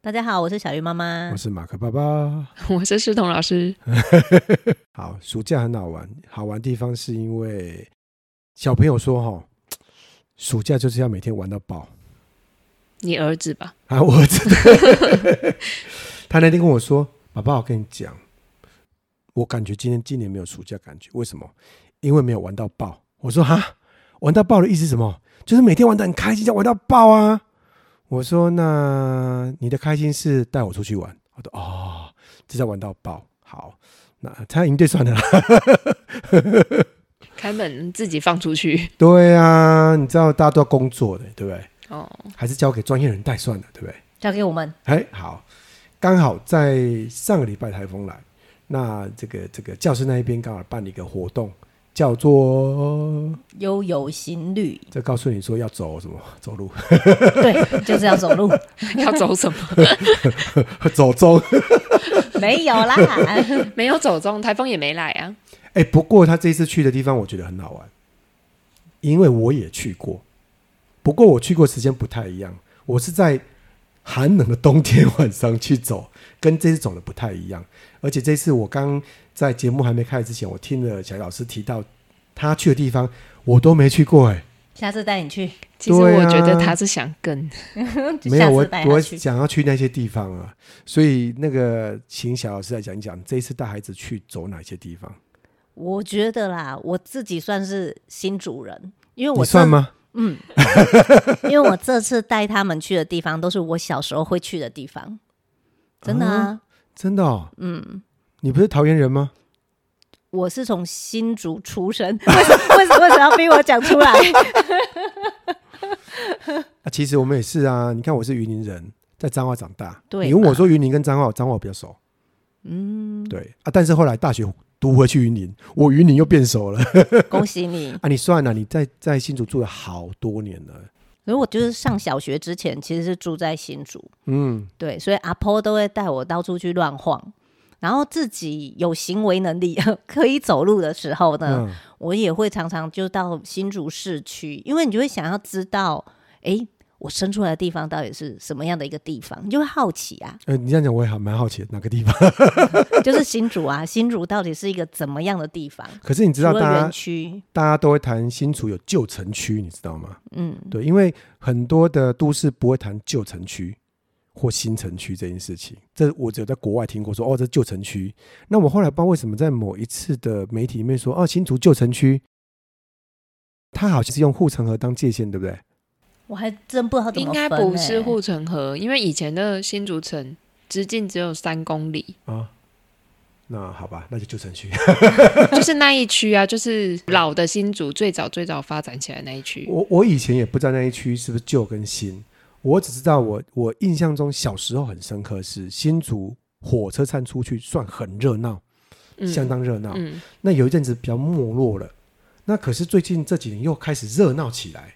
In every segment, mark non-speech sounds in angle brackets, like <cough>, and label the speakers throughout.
Speaker 1: 大家好，我是小鱼妈妈
Speaker 2: 我。是马克爸爸。
Speaker 3: <laughs> 我是世彤老师。
Speaker 2: 好，暑假很好玩，好玩地方是因为小朋友说哈、暑假就是要每天玩到爆
Speaker 3: 你儿子吧？
Speaker 2: <laughs> 啊！我儿子的他那天跟我说：“爸爸，我跟你讲，我感觉今天今年没有暑假感觉，为什么？因为没有玩到爆。”我说：“哈，玩到爆的意思是什么？就是每天玩的很开心，叫玩到爆啊！”我说：“那你的开心是带我出去玩？”我说：“哦，这叫玩到爆。”好，那他赢对算了啦。 <laughs>
Speaker 3: 开门自己放出去
Speaker 2: 对啊，你知道大家都要工作的，对不对？
Speaker 3: 哦。
Speaker 2: 还是交给专业人带算了，对不对？
Speaker 1: 交给我们，
Speaker 2: 哎，好，刚好在上个礼拜台风来，那这个这个教室那一边刚好办了一个活动，叫做
Speaker 1: 悠游心率，
Speaker 2: 这告诉你说要走什么走路 <laughs>
Speaker 1: 对， <laughs> 就是要走路，
Speaker 3: <laughs> 要走什么？
Speaker 2: 走中。
Speaker 1: <laughs> 没有啦，
Speaker 3: <laughs> 没有走中，台风也没来啊。
Speaker 2: 哎，不过他这次去的地方我觉得很好玩，因为我也去过，不过我去过时间不太一样，我是在寒冷的冬天晚上去走，跟这次走的不太一样。而且这次我刚在节目还没开始之前，我听了小雨老师提到他去的地方，我都没去过、哎，
Speaker 1: <laughs> 下次带你去，
Speaker 3: 其实
Speaker 2: 对
Speaker 3: 我
Speaker 2: 啊
Speaker 3: 觉得他是想跟，
Speaker 2: 没有
Speaker 1: 下
Speaker 2: 我
Speaker 1: 次带他
Speaker 2: 我
Speaker 1: 去
Speaker 2: 想要去那些地方啊，所以那个请小老师来讲一讲，这一次带孩子去走哪些地方？
Speaker 1: 我觉得啦，我自己算是新主人，因为
Speaker 2: 你
Speaker 1: 我
Speaker 2: 算吗？
Speaker 1: 这？ <laughs> 因为我这次带他们去的地方都是我小时候会去的地方，真的啊。
Speaker 2: 真的、哦，嗯，你不是桃园人吗？
Speaker 1: 我是从新竹出生， <laughs> 为什么为什么为什么要逼我讲出来？ <laughs>
Speaker 2: 啊，其实我们也是啊。你看，我是云林人，在彰化长大。
Speaker 1: 对
Speaker 2: 你问我
Speaker 1: 吧
Speaker 2: 说云林跟彰化，彰化我比较熟。嗯，对啊。但是后来大学读回去云林，我云林又变熟了。
Speaker 1: 恭喜你！
Speaker 2: <laughs> 啊，你算了、你在在新竹住了好多年了。
Speaker 1: 所以我就是上小学之前其实是住在新竹，
Speaker 2: 嗯，
Speaker 1: 对，所以阿婆都会带我到处去乱晃，然后自己有行为能力 <laughs> 可以走路的时候呢，
Speaker 2: 嗯，
Speaker 1: 我也会常常就到新竹市区，因为你就会想要知道，诶，我生出来的地方到底是什么样的一个地方，你就会好奇啊
Speaker 2: 呃，你这样讲我也还蛮好奇哪个地方。 <laughs>
Speaker 1: 就是新竹啊，新竹到底是一个怎么样的地方？
Speaker 2: 可是你知
Speaker 1: 除
Speaker 2: 道，
Speaker 1: 了
Speaker 2: 大
Speaker 1: 园
Speaker 2: 家
Speaker 1: 区，
Speaker 2: 大家都会谈新竹有旧城区，你知道吗？
Speaker 1: 嗯，
Speaker 2: 对，因为很多的都市不会谈旧城区或新城区这件事情，这我只有在国外听过说哦，这是旧城区。那我后来不知道为什么在某一次的媒体里面说哦，新竹旧城区，它好像是用护城河当界限，对不对？
Speaker 1: 我还真不知道怎
Speaker 3: 应
Speaker 1: 么
Speaker 3: 该
Speaker 1: 分、欸。
Speaker 3: 不是护城河，因为以前的新竹城直径只有三公里， <laughs>
Speaker 2: 啊，那好吧，那就旧城区。
Speaker 3: 就是那一区啊，就是老的新竹最早最早发展起来那一区。
Speaker 2: 我我以前也不知道那一区是不是旧跟新，我只知道我我印象中小时候很深刻是新竹火车站出去算很热闹，相当热闹。
Speaker 3: 嗯，
Speaker 2: 那有一阵子比较没落了，那可是最近这几年又开始热闹起来。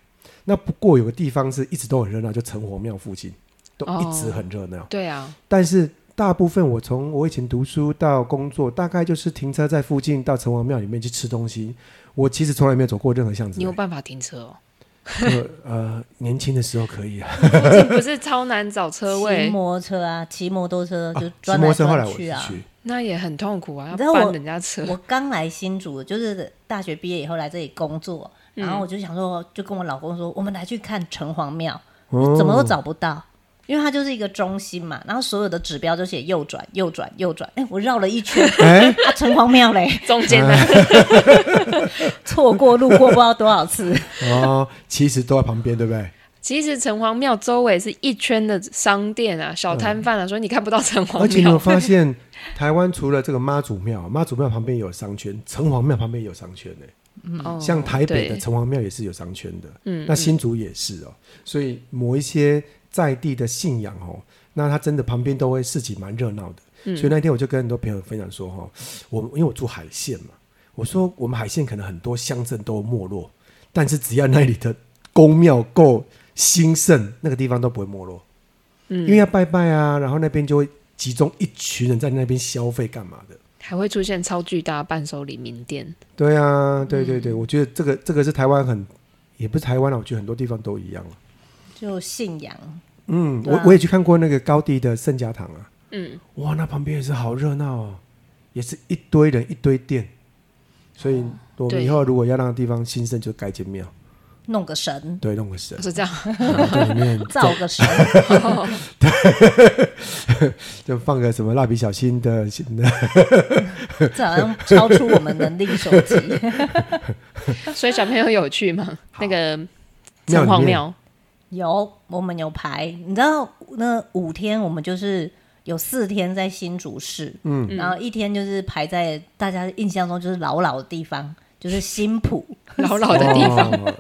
Speaker 2: 那不过有个地方是一直都很热闹，就城隍庙附近都
Speaker 3: 哦
Speaker 2: 一直很热闹。
Speaker 3: 对啊，
Speaker 2: 但是大部分我从我以前读书到工作，大概就是停车在附近到城隍庙里面去吃东西。我其实从来没有走过任何巷子
Speaker 3: 你。有办法停车哦？
Speaker 2: 呃呃，年轻的时候可
Speaker 1: <laughs>
Speaker 2: 以啊，
Speaker 3: 附近不是超难找车
Speaker 1: 骑 <laughs>
Speaker 3: 位，
Speaker 1: 摩托车啊，骑摩托车就
Speaker 2: 啊骑
Speaker 1: 钻来
Speaker 2: 摩托车后来
Speaker 1: 钻
Speaker 2: 我是
Speaker 1: 去啊。
Speaker 2: 去，
Speaker 3: 那也很痛苦啊，
Speaker 1: 你知道
Speaker 3: 要
Speaker 1: 我
Speaker 3: 搬人家车。
Speaker 1: 我刚来新竹，就是大学毕业以后来这里工作，然后我就想说，就跟我老公说，我们来去看城隍庙，
Speaker 2: 哦
Speaker 1: 怎么都找不到，因为它就是一个中心嘛，然后所有的指标就写右转、右转、右转，哎，我绕了一圈，
Speaker 2: 哎，
Speaker 1: 啊，城隍庙嘞，
Speaker 3: 中间的， <laughs>
Speaker 1: 错过路过不知道多少次，
Speaker 2: 哦，其实都在旁边，对不对？
Speaker 3: 其实城隍庙周围是一圈的商店啊、小摊贩啊，所以你看不到城
Speaker 2: 嗯而且
Speaker 3: 隍
Speaker 2: 你有
Speaker 3: 庙。
Speaker 2: 发现，台湾除了这个妈祖庙，妈祖庙旁边也有商圈，城隍庙旁边也有商圈呢、
Speaker 3: 哦
Speaker 2: 像台北的
Speaker 3: 对
Speaker 2: 城隍庙也是有商圈的，
Speaker 3: 嗯
Speaker 2: 那新竹也是哦。所以某一些在地的信仰哦，那它真的旁边都会市集蛮热闹的。
Speaker 3: 嗯
Speaker 2: 所以那天我就跟很多朋友分享说哈、哦，我因为我住海线嘛，我说我们海线可能很多乡镇都没落，但是只要那里的宫庙够兴盛，那个地方都不会没落。
Speaker 3: 嗯
Speaker 2: 因为要拜拜啊，然后那边就会集中一群人在那边消费干嘛的。
Speaker 3: 还会出现超巨大的伴手礼名店，
Speaker 2: 对啊，对对对，我觉得这啊个这个是台湾很，也不是台湾了、我觉得很多地方都一样了。
Speaker 1: 就信仰
Speaker 2: 嗯，
Speaker 1: 对
Speaker 2: 我
Speaker 1: 啊
Speaker 2: 我也去看过那个高地的圣家堂啊，
Speaker 3: 嗯，
Speaker 2: 哇，那旁边也是好热闹哦，也是一堆人一堆店，所以我们
Speaker 3: 对
Speaker 2: 以后如果要让地方兴盛，就盖间庙，
Speaker 1: 弄个神，
Speaker 2: 对，弄个 <laughs> 神，
Speaker 3: 哦是这样，
Speaker 2: 然后在里面
Speaker 1: 造个神，
Speaker 2: 就放个什么蜡笔小新的新的，
Speaker 1: 这好像超出我们能力所及。
Speaker 3: 所以小朋友有去吗？那个
Speaker 2: 庙
Speaker 3: <laughs> 城
Speaker 2: 里
Speaker 3: 隍
Speaker 2: 面
Speaker 3: 庙，
Speaker 1: 有，我们有排，你知道那五天我们就是有四天在新竹市，嗯，然后一天就是排在大家印象中就是老老的地方，就是新浦，
Speaker 2: <laughs>
Speaker 3: 老老的地方，
Speaker 2: 哦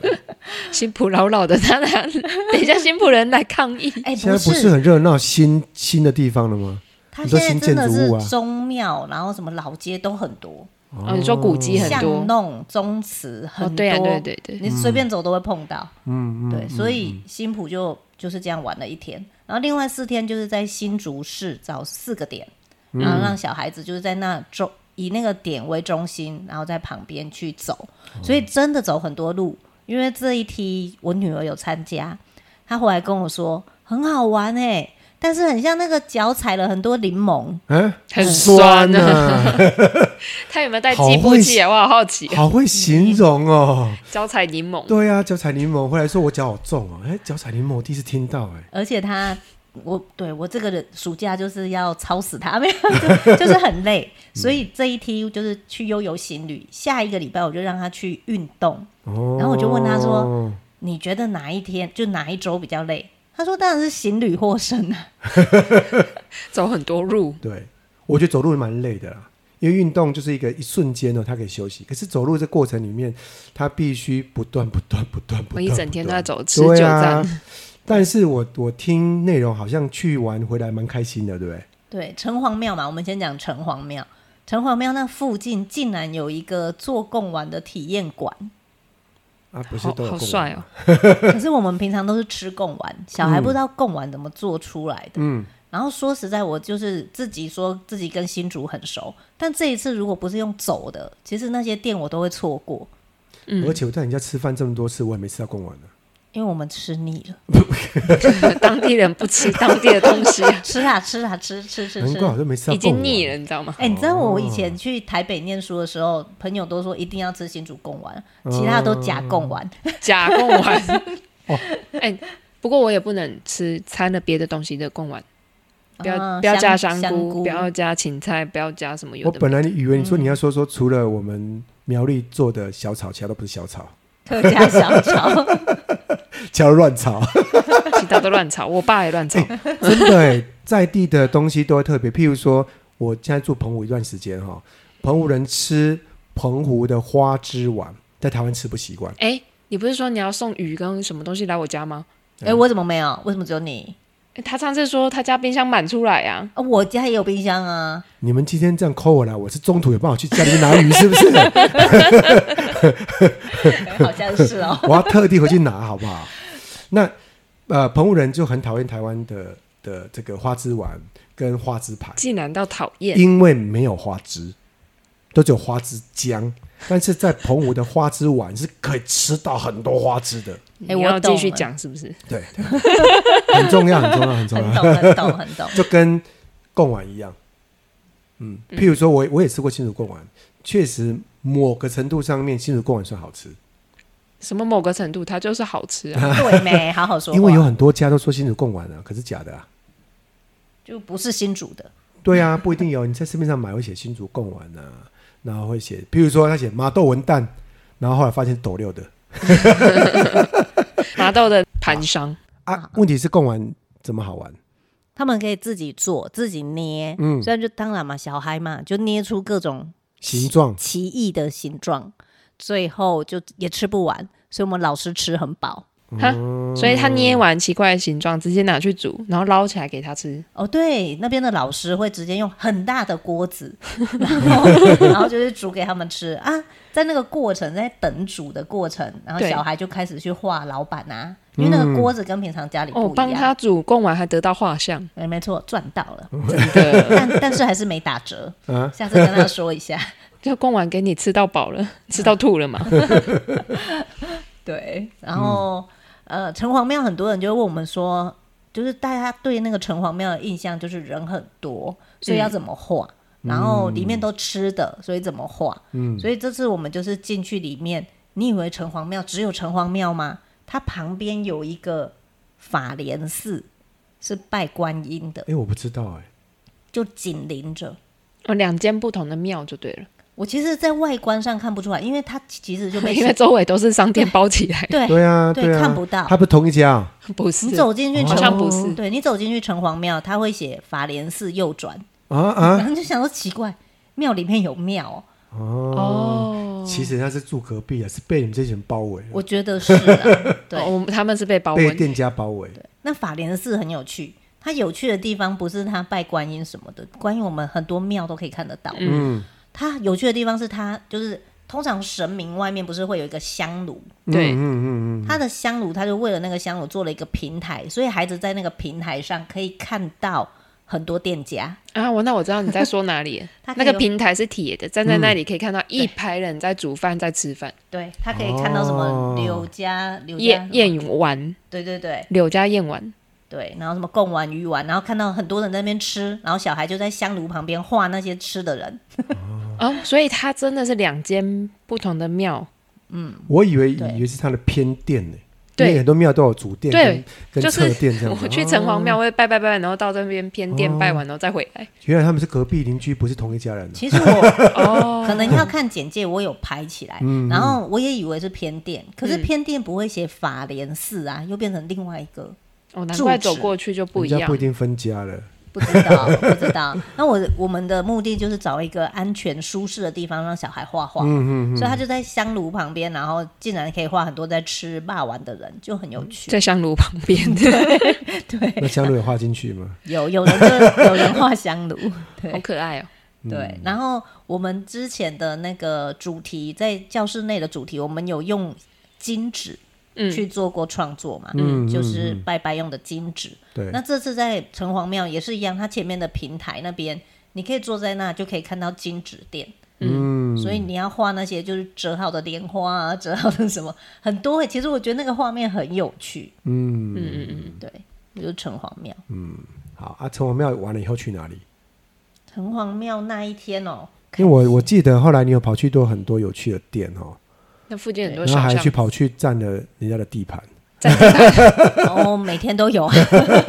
Speaker 3: 新浦老老的，当然，等一下新浦人来抗议。
Speaker 1: 哎、
Speaker 2: 现在不是
Speaker 1: 是，
Speaker 2: 很热闹新新的地方了吗？
Speaker 1: 它
Speaker 2: 你说
Speaker 1: 现在真
Speaker 2: 新
Speaker 1: 的
Speaker 2: 建筑物啊
Speaker 1: 是宗庙，然后什么老街都很多，
Speaker 3: 哦，你说古迹很
Speaker 1: 巷
Speaker 3: 多，
Speaker 1: 弄、宗祠很
Speaker 3: 哦，
Speaker 1: 多，
Speaker 3: 对啊，对对对，
Speaker 1: 你随便走都会碰到，
Speaker 2: 嗯嗯，
Speaker 1: 对，所以新浦就就是这样玩了一天，然后另外四天就是在新竹市找四个点，
Speaker 2: 嗯
Speaker 1: 然后让小孩子就是在那中以那个点为中心，然后在旁边去走，
Speaker 2: 哦
Speaker 1: 所以真的走很多路。因为这一梯我女儿有参加，她回来跟我说很好玩哎、但是很像那个脚踩了很多柠檬，
Speaker 2: 嗯，
Speaker 3: 很
Speaker 2: 酸
Speaker 3: 酸啊。
Speaker 2: 啊，
Speaker 3: 他有没有带
Speaker 2: 好
Speaker 3: 计步
Speaker 2: 会
Speaker 3: 器啊？我好好奇，
Speaker 2: 好会形容哦。
Speaker 3: 脚踩柠檬，
Speaker 2: 对啊，脚踩柠檬，后来说我脚好重哦，哎，脚踩柠檬我第一次听到，哎，
Speaker 1: 而且她。我对我这个人暑假就是要操死她， <laughs> 没有，就就是很累，所以这一梯就是去悠游行旅。下一个礼拜我就让她去运动，
Speaker 2: 哦，
Speaker 1: 然后我就问他说，你觉得哪一天就哪一周比较累？他说当然是行旅获胜啊， <laughs>
Speaker 3: 走很多路，
Speaker 2: 对，我觉得走路蛮累的啦，因为运动就是一个一瞬间哦，他可以休息，可是走路这过程里面，他必须不断不断不断不
Speaker 3: 我
Speaker 2: 断，
Speaker 3: 一整天
Speaker 2: 不
Speaker 3: 都在
Speaker 2: 断
Speaker 3: 走持久战，
Speaker 2: 对啊但是我我听内容好像去玩回来蛮开心的，对不对？
Speaker 1: 对，城隍庙嘛，我们先讲城隍庙。城隍庙那附近竟然有一个做贡丸的体验馆，
Speaker 2: 啊，不是
Speaker 3: 好
Speaker 2: 都有
Speaker 3: 好
Speaker 2: 共
Speaker 3: 帅
Speaker 2: 玩
Speaker 3: 哦 <laughs>
Speaker 2: 吗，！ <laughs>
Speaker 1: 可是我们平常都是吃贡丸，小孩不知道贡丸怎么做出来的。
Speaker 2: 嗯，
Speaker 1: 然后说实在，我就是自己说自己跟新竹很熟，但这一次如果不是用走的，其实那些店我都会错过，
Speaker 3: 嗯
Speaker 2: 而且我在人家吃饭这么多次，我也没吃到贡丸呢。
Speaker 1: 因为我们吃腻了，
Speaker 3: 当地人不吃当地的东西，
Speaker 1: 吃啊吃啊吃吃吃
Speaker 2: 难
Speaker 1: 吃
Speaker 2: 怪，我都没吃到
Speaker 3: 已
Speaker 2: 贡丸
Speaker 3: 经腻了，你知道吗？ <laughs>
Speaker 1: 哎、你知道我以前去台北念书的时候，朋友都说一定要吃新竹贡丸，
Speaker 2: 哦
Speaker 1: 其他都假贡丸。
Speaker 3: 假贡
Speaker 2: <laughs>
Speaker 3: 丸，
Speaker 2: 哦
Speaker 3: 哎，不过我也不能吃掺了别的东西的贡丸，不要
Speaker 1: 啊
Speaker 3: 不要加
Speaker 1: 香
Speaker 3: 香菇，
Speaker 1: 菇
Speaker 3: 不要加芹菜，不要加什么有
Speaker 2: 我
Speaker 3: 的没
Speaker 2: 本
Speaker 3: 的。
Speaker 2: 来以为你说你要说说，除了我们苗栗做的小炒，其他都不是小
Speaker 3: <laughs>
Speaker 2: 炒，
Speaker 1: 客家小
Speaker 2: <laughs>
Speaker 1: 炒，
Speaker 2: 其他都乱
Speaker 3: <laughs>
Speaker 2: 炒。
Speaker 3: 其他都乱
Speaker 2: <laughs>
Speaker 3: 炒，我爸也乱炒。
Speaker 2: 真的欸，在地的东西都会特别。譬如说，我现在住澎湖一段时间哈，澎湖人吃澎湖的花枝丸，在台湾吃不习惯。
Speaker 3: 哎，你不是说你要送鱼跟什么东西来我家吗？
Speaker 1: 哎、我怎么没有？为什么只有你？
Speaker 3: 哎他上次说他家冰箱满出来啊，
Speaker 1: 啊我家也有冰箱
Speaker 2: <laughs>
Speaker 1: 啊，
Speaker 2: 你们今天这样扣我来，我是中途有办法去家里面拿鱼，是不
Speaker 3: <laughs>
Speaker 2: 是？
Speaker 1: 好像是哦。
Speaker 2: 我要特地回去拿，好不好？那呃，澎湖人就很讨厌台湾的的这个花枝丸跟花枝排，
Speaker 3: 竟然到讨
Speaker 1: 哎
Speaker 3: 厌，
Speaker 2: 因为没有花枝，都只有花枝浆。但是在澎湖的花枝丸是可以吃到很多花枝的，
Speaker 1: 哎
Speaker 3: 你
Speaker 1: 我
Speaker 3: 要继
Speaker 1: 懂
Speaker 3: 续
Speaker 1: 了
Speaker 3: 讲是不是？
Speaker 2: 对，对很重要，很重要，很重
Speaker 1: 很
Speaker 2: 要，
Speaker 1: 懂，很懂，很
Speaker 2: <laughs>
Speaker 1: 懂。
Speaker 2: 就跟贡丸一样。嗯，譬如说我我也吃过新竹贡丸，确实某个程度上面新竹贡丸算好吃，
Speaker 3: 什么某个程度，它就是好吃啊。 <laughs>
Speaker 1: 对没？好好说话，
Speaker 2: 因为有很多家都说新竹贡丸啊，可是假的啊。
Speaker 1: 就不是新煮的，
Speaker 2: 对啊，不一定有，你在市面上买会写新竹贡丸啊，然后会写，譬如说他写麻豆文旦，然后后来发现是斗六的
Speaker 3: 麻豆的盘商，
Speaker 2: 啊。问题是贡丸怎么好玩？
Speaker 1: 他们可以自己做，自己捏。嗯，虽然就当然嘛，小孩嘛，就捏出各种
Speaker 2: 形状
Speaker 1: 奇异的形状，最后就也吃不完，所以我们老是吃很饱。
Speaker 3: 哈，
Speaker 2: 哦
Speaker 3: 所以他捏完奇怪的形状，直接拿去煮，然后捞起来给他吃。
Speaker 1: 哦，对，那边的老师会直接用很大的锅子，
Speaker 2: <laughs>
Speaker 1: 然后然后就是煮给他们吃啊。在那个过程，在等煮的过程，然后
Speaker 3: 对
Speaker 1: 小孩就开始去画老板啊，因
Speaker 2: 嗯
Speaker 1: 为那个锅子跟平常家里
Speaker 3: 哦，
Speaker 1: 不
Speaker 3: 帮
Speaker 1: 一样。
Speaker 3: 他煮贡丸还得到画像，
Speaker 1: 哎，没错，赚到
Speaker 2: <laughs>
Speaker 1: 了，
Speaker 3: 真的，
Speaker 1: 但但是还是没打折。
Speaker 2: 啊，
Speaker 1: 下次跟他说一
Speaker 2: <laughs>
Speaker 1: 下。
Speaker 3: 这贡丸给你吃到饱了， <laughs> 吃到吐了嘛？
Speaker 1: <laughs>
Speaker 2: 嗯
Speaker 1: 对，然后、呃，城隍庙很多人就会问我们说，就是大家对那个城隍庙的印象就是人很多，
Speaker 2: 嗯
Speaker 1: 所以要怎么画，然后里面都吃的，所以怎么画。
Speaker 2: 嗯
Speaker 1: 所以这次我们就是进去里面，你以为城隍庙只有城隍庙吗？它旁边有一个法莲寺，是拜观音的，
Speaker 2: 哎，我不知道哎、
Speaker 1: 就紧邻着。
Speaker 3: 哦，两间不同的庙就对了，
Speaker 1: 我其实，在外观上看不出来，因为它其实就被
Speaker 3: 因为周围都是商店包起来， <laughs>
Speaker 1: 对
Speaker 2: 对啊，
Speaker 1: 对
Speaker 2: 啊，
Speaker 1: 看不到
Speaker 2: 它不是同一家啊、
Speaker 3: 不是
Speaker 1: 你，走进去
Speaker 2: 哦
Speaker 1: 城
Speaker 3: 好像不是
Speaker 1: 对你走进去城隍庙，它会写法莲寺右转，
Speaker 2: 啊
Speaker 1: 然后就想说奇怪，庙里面有庙、哦，
Speaker 2: 啊哦！
Speaker 3: 哦，
Speaker 2: 其实他是住隔壁啊，是被你们这群人包围了，
Speaker 1: 我觉得是、
Speaker 2: <laughs>
Speaker 1: 啊。对，
Speaker 3: 哦我们他们是被包
Speaker 2: 被
Speaker 3: 围，
Speaker 2: 店家包围。
Speaker 1: 那法莲寺很有趣，它有趣的地方不是它拜观音什么的，观音我们很多庙都可以看得到。
Speaker 2: 嗯，
Speaker 1: 它有趣的地方是它就是通常神明外面不是会有一个香炉，
Speaker 3: 对
Speaker 2: 嗯嗯嗯嗯，
Speaker 1: 它的香炉，它就为了那个香炉做了一个平台，所以孩子在那个平台上可以看到很多店家。
Speaker 3: 啊，我那我知道你在说哪
Speaker 1: <laughs>
Speaker 3: 里了
Speaker 1: 它，可以嗯
Speaker 3: 那个平台是铁的，站在那里可以看到一排人在煮饭，在吃饭，
Speaker 1: 对，他可以看到什么
Speaker 2: 哦
Speaker 1: 柳家、柳家
Speaker 3: 燕
Speaker 1: 什么，
Speaker 3: 燕丸，
Speaker 1: 对对对
Speaker 3: 柳家燕丸，
Speaker 1: 对，然后什么贡丸、鱼丸，然后看到很多人在那边吃，然后小孩就在香炉旁边画那些吃的
Speaker 2: <laughs>
Speaker 1: 人。
Speaker 2: 嗯
Speaker 3: 哦，所以它真的是两间不同的庙，
Speaker 2: 我以为
Speaker 1: 对
Speaker 2: 以为是他的偏店呢、
Speaker 3: 对
Speaker 2: 因为很多庙都有主店
Speaker 3: 对
Speaker 2: 跟
Speaker 3: 就
Speaker 2: 跟
Speaker 3: 是
Speaker 2: 侧店这样子。
Speaker 3: <laughs> 我去城隍
Speaker 2: 哦，
Speaker 3: 庙会拜拜拜，然后到这边偏殿拜完，然后再回
Speaker 1: <laughs>
Speaker 3: 来。
Speaker 2: 原来他们是隔壁邻居，不是同一家人、啊。
Speaker 1: 其实我
Speaker 3: 哦，
Speaker 1: 可能要看简介，我有排起来，
Speaker 2: 嗯
Speaker 1: 然后我也以为是偏殿，可是
Speaker 3: 嗯
Speaker 1: 偏殿不会写法莲寺啊，又变成另外一个，
Speaker 3: 哦，难
Speaker 1: 住
Speaker 3: 怪
Speaker 1: 址
Speaker 3: 走过去就不一
Speaker 2: 人家
Speaker 3: 样
Speaker 2: 不一。定分家了。
Speaker 1: 不知道不知道。那我我们的目的就是找一个安全舒适的地方让小孩画画，
Speaker 2: 嗯嗯嗯，
Speaker 1: 所以他就在香炉旁边，然后竟然可以画很多在吃霸王的人，就很有趣。 <laughs>
Speaker 3: 在香炉旁边，
Speaker 1: 对，
Speaker 2: <laughs> 那香炉也画进去吗？
Speaker 1: 有有人就有人画香炉，
Speaker 3: 好
Speaker 1: 对
Speaker 3: 可爱哦！
Speaker 2: 嗯
Speaker 1: 对。然后我们之前的那个主题，在教室内的主题，我们有用金纸
Speaker 3: 嗯，
Speaker 1: 去做过创作嘛，
Speaker 2: 嗯
Speaker 1: 就是
Speaker 2: 嗯嗯
Speaker 1: 拜拜用的金纸。
Speaker 2: 对
Speaker 1: 那，这次在城隍庙也是一样，它前面的平台那边，你可以坐在那就可以看到金纸店，
Speaker 2: 嗯，
Speaker 1: 所以你要画那些就是折好的莲花啊，折好的什么很多、欸。其实我觉得那个画面很有趣，
Speaker 2: 嗯
Speaker 3: 嗯嗯嗯，
Speaker 1: 对，就是城隍庙。
Speaker 2: 好啊。城隍庙完了以后去哪里？
Speaker 1: 城隍庙那一天哦、
Speaker 2: 因为我我记得后来你有跑去多很多有趣的店哦，
Speaker 3: 那附近很多
Speaker 2: 然后
Speaker 3: 小
Speaker 2: 还
Speaker 3: 巷
Speaker 2: 去，跑去占了人家的地盘。
Speaker 1: <laughs> 哦，每天都有啊。 <laughs>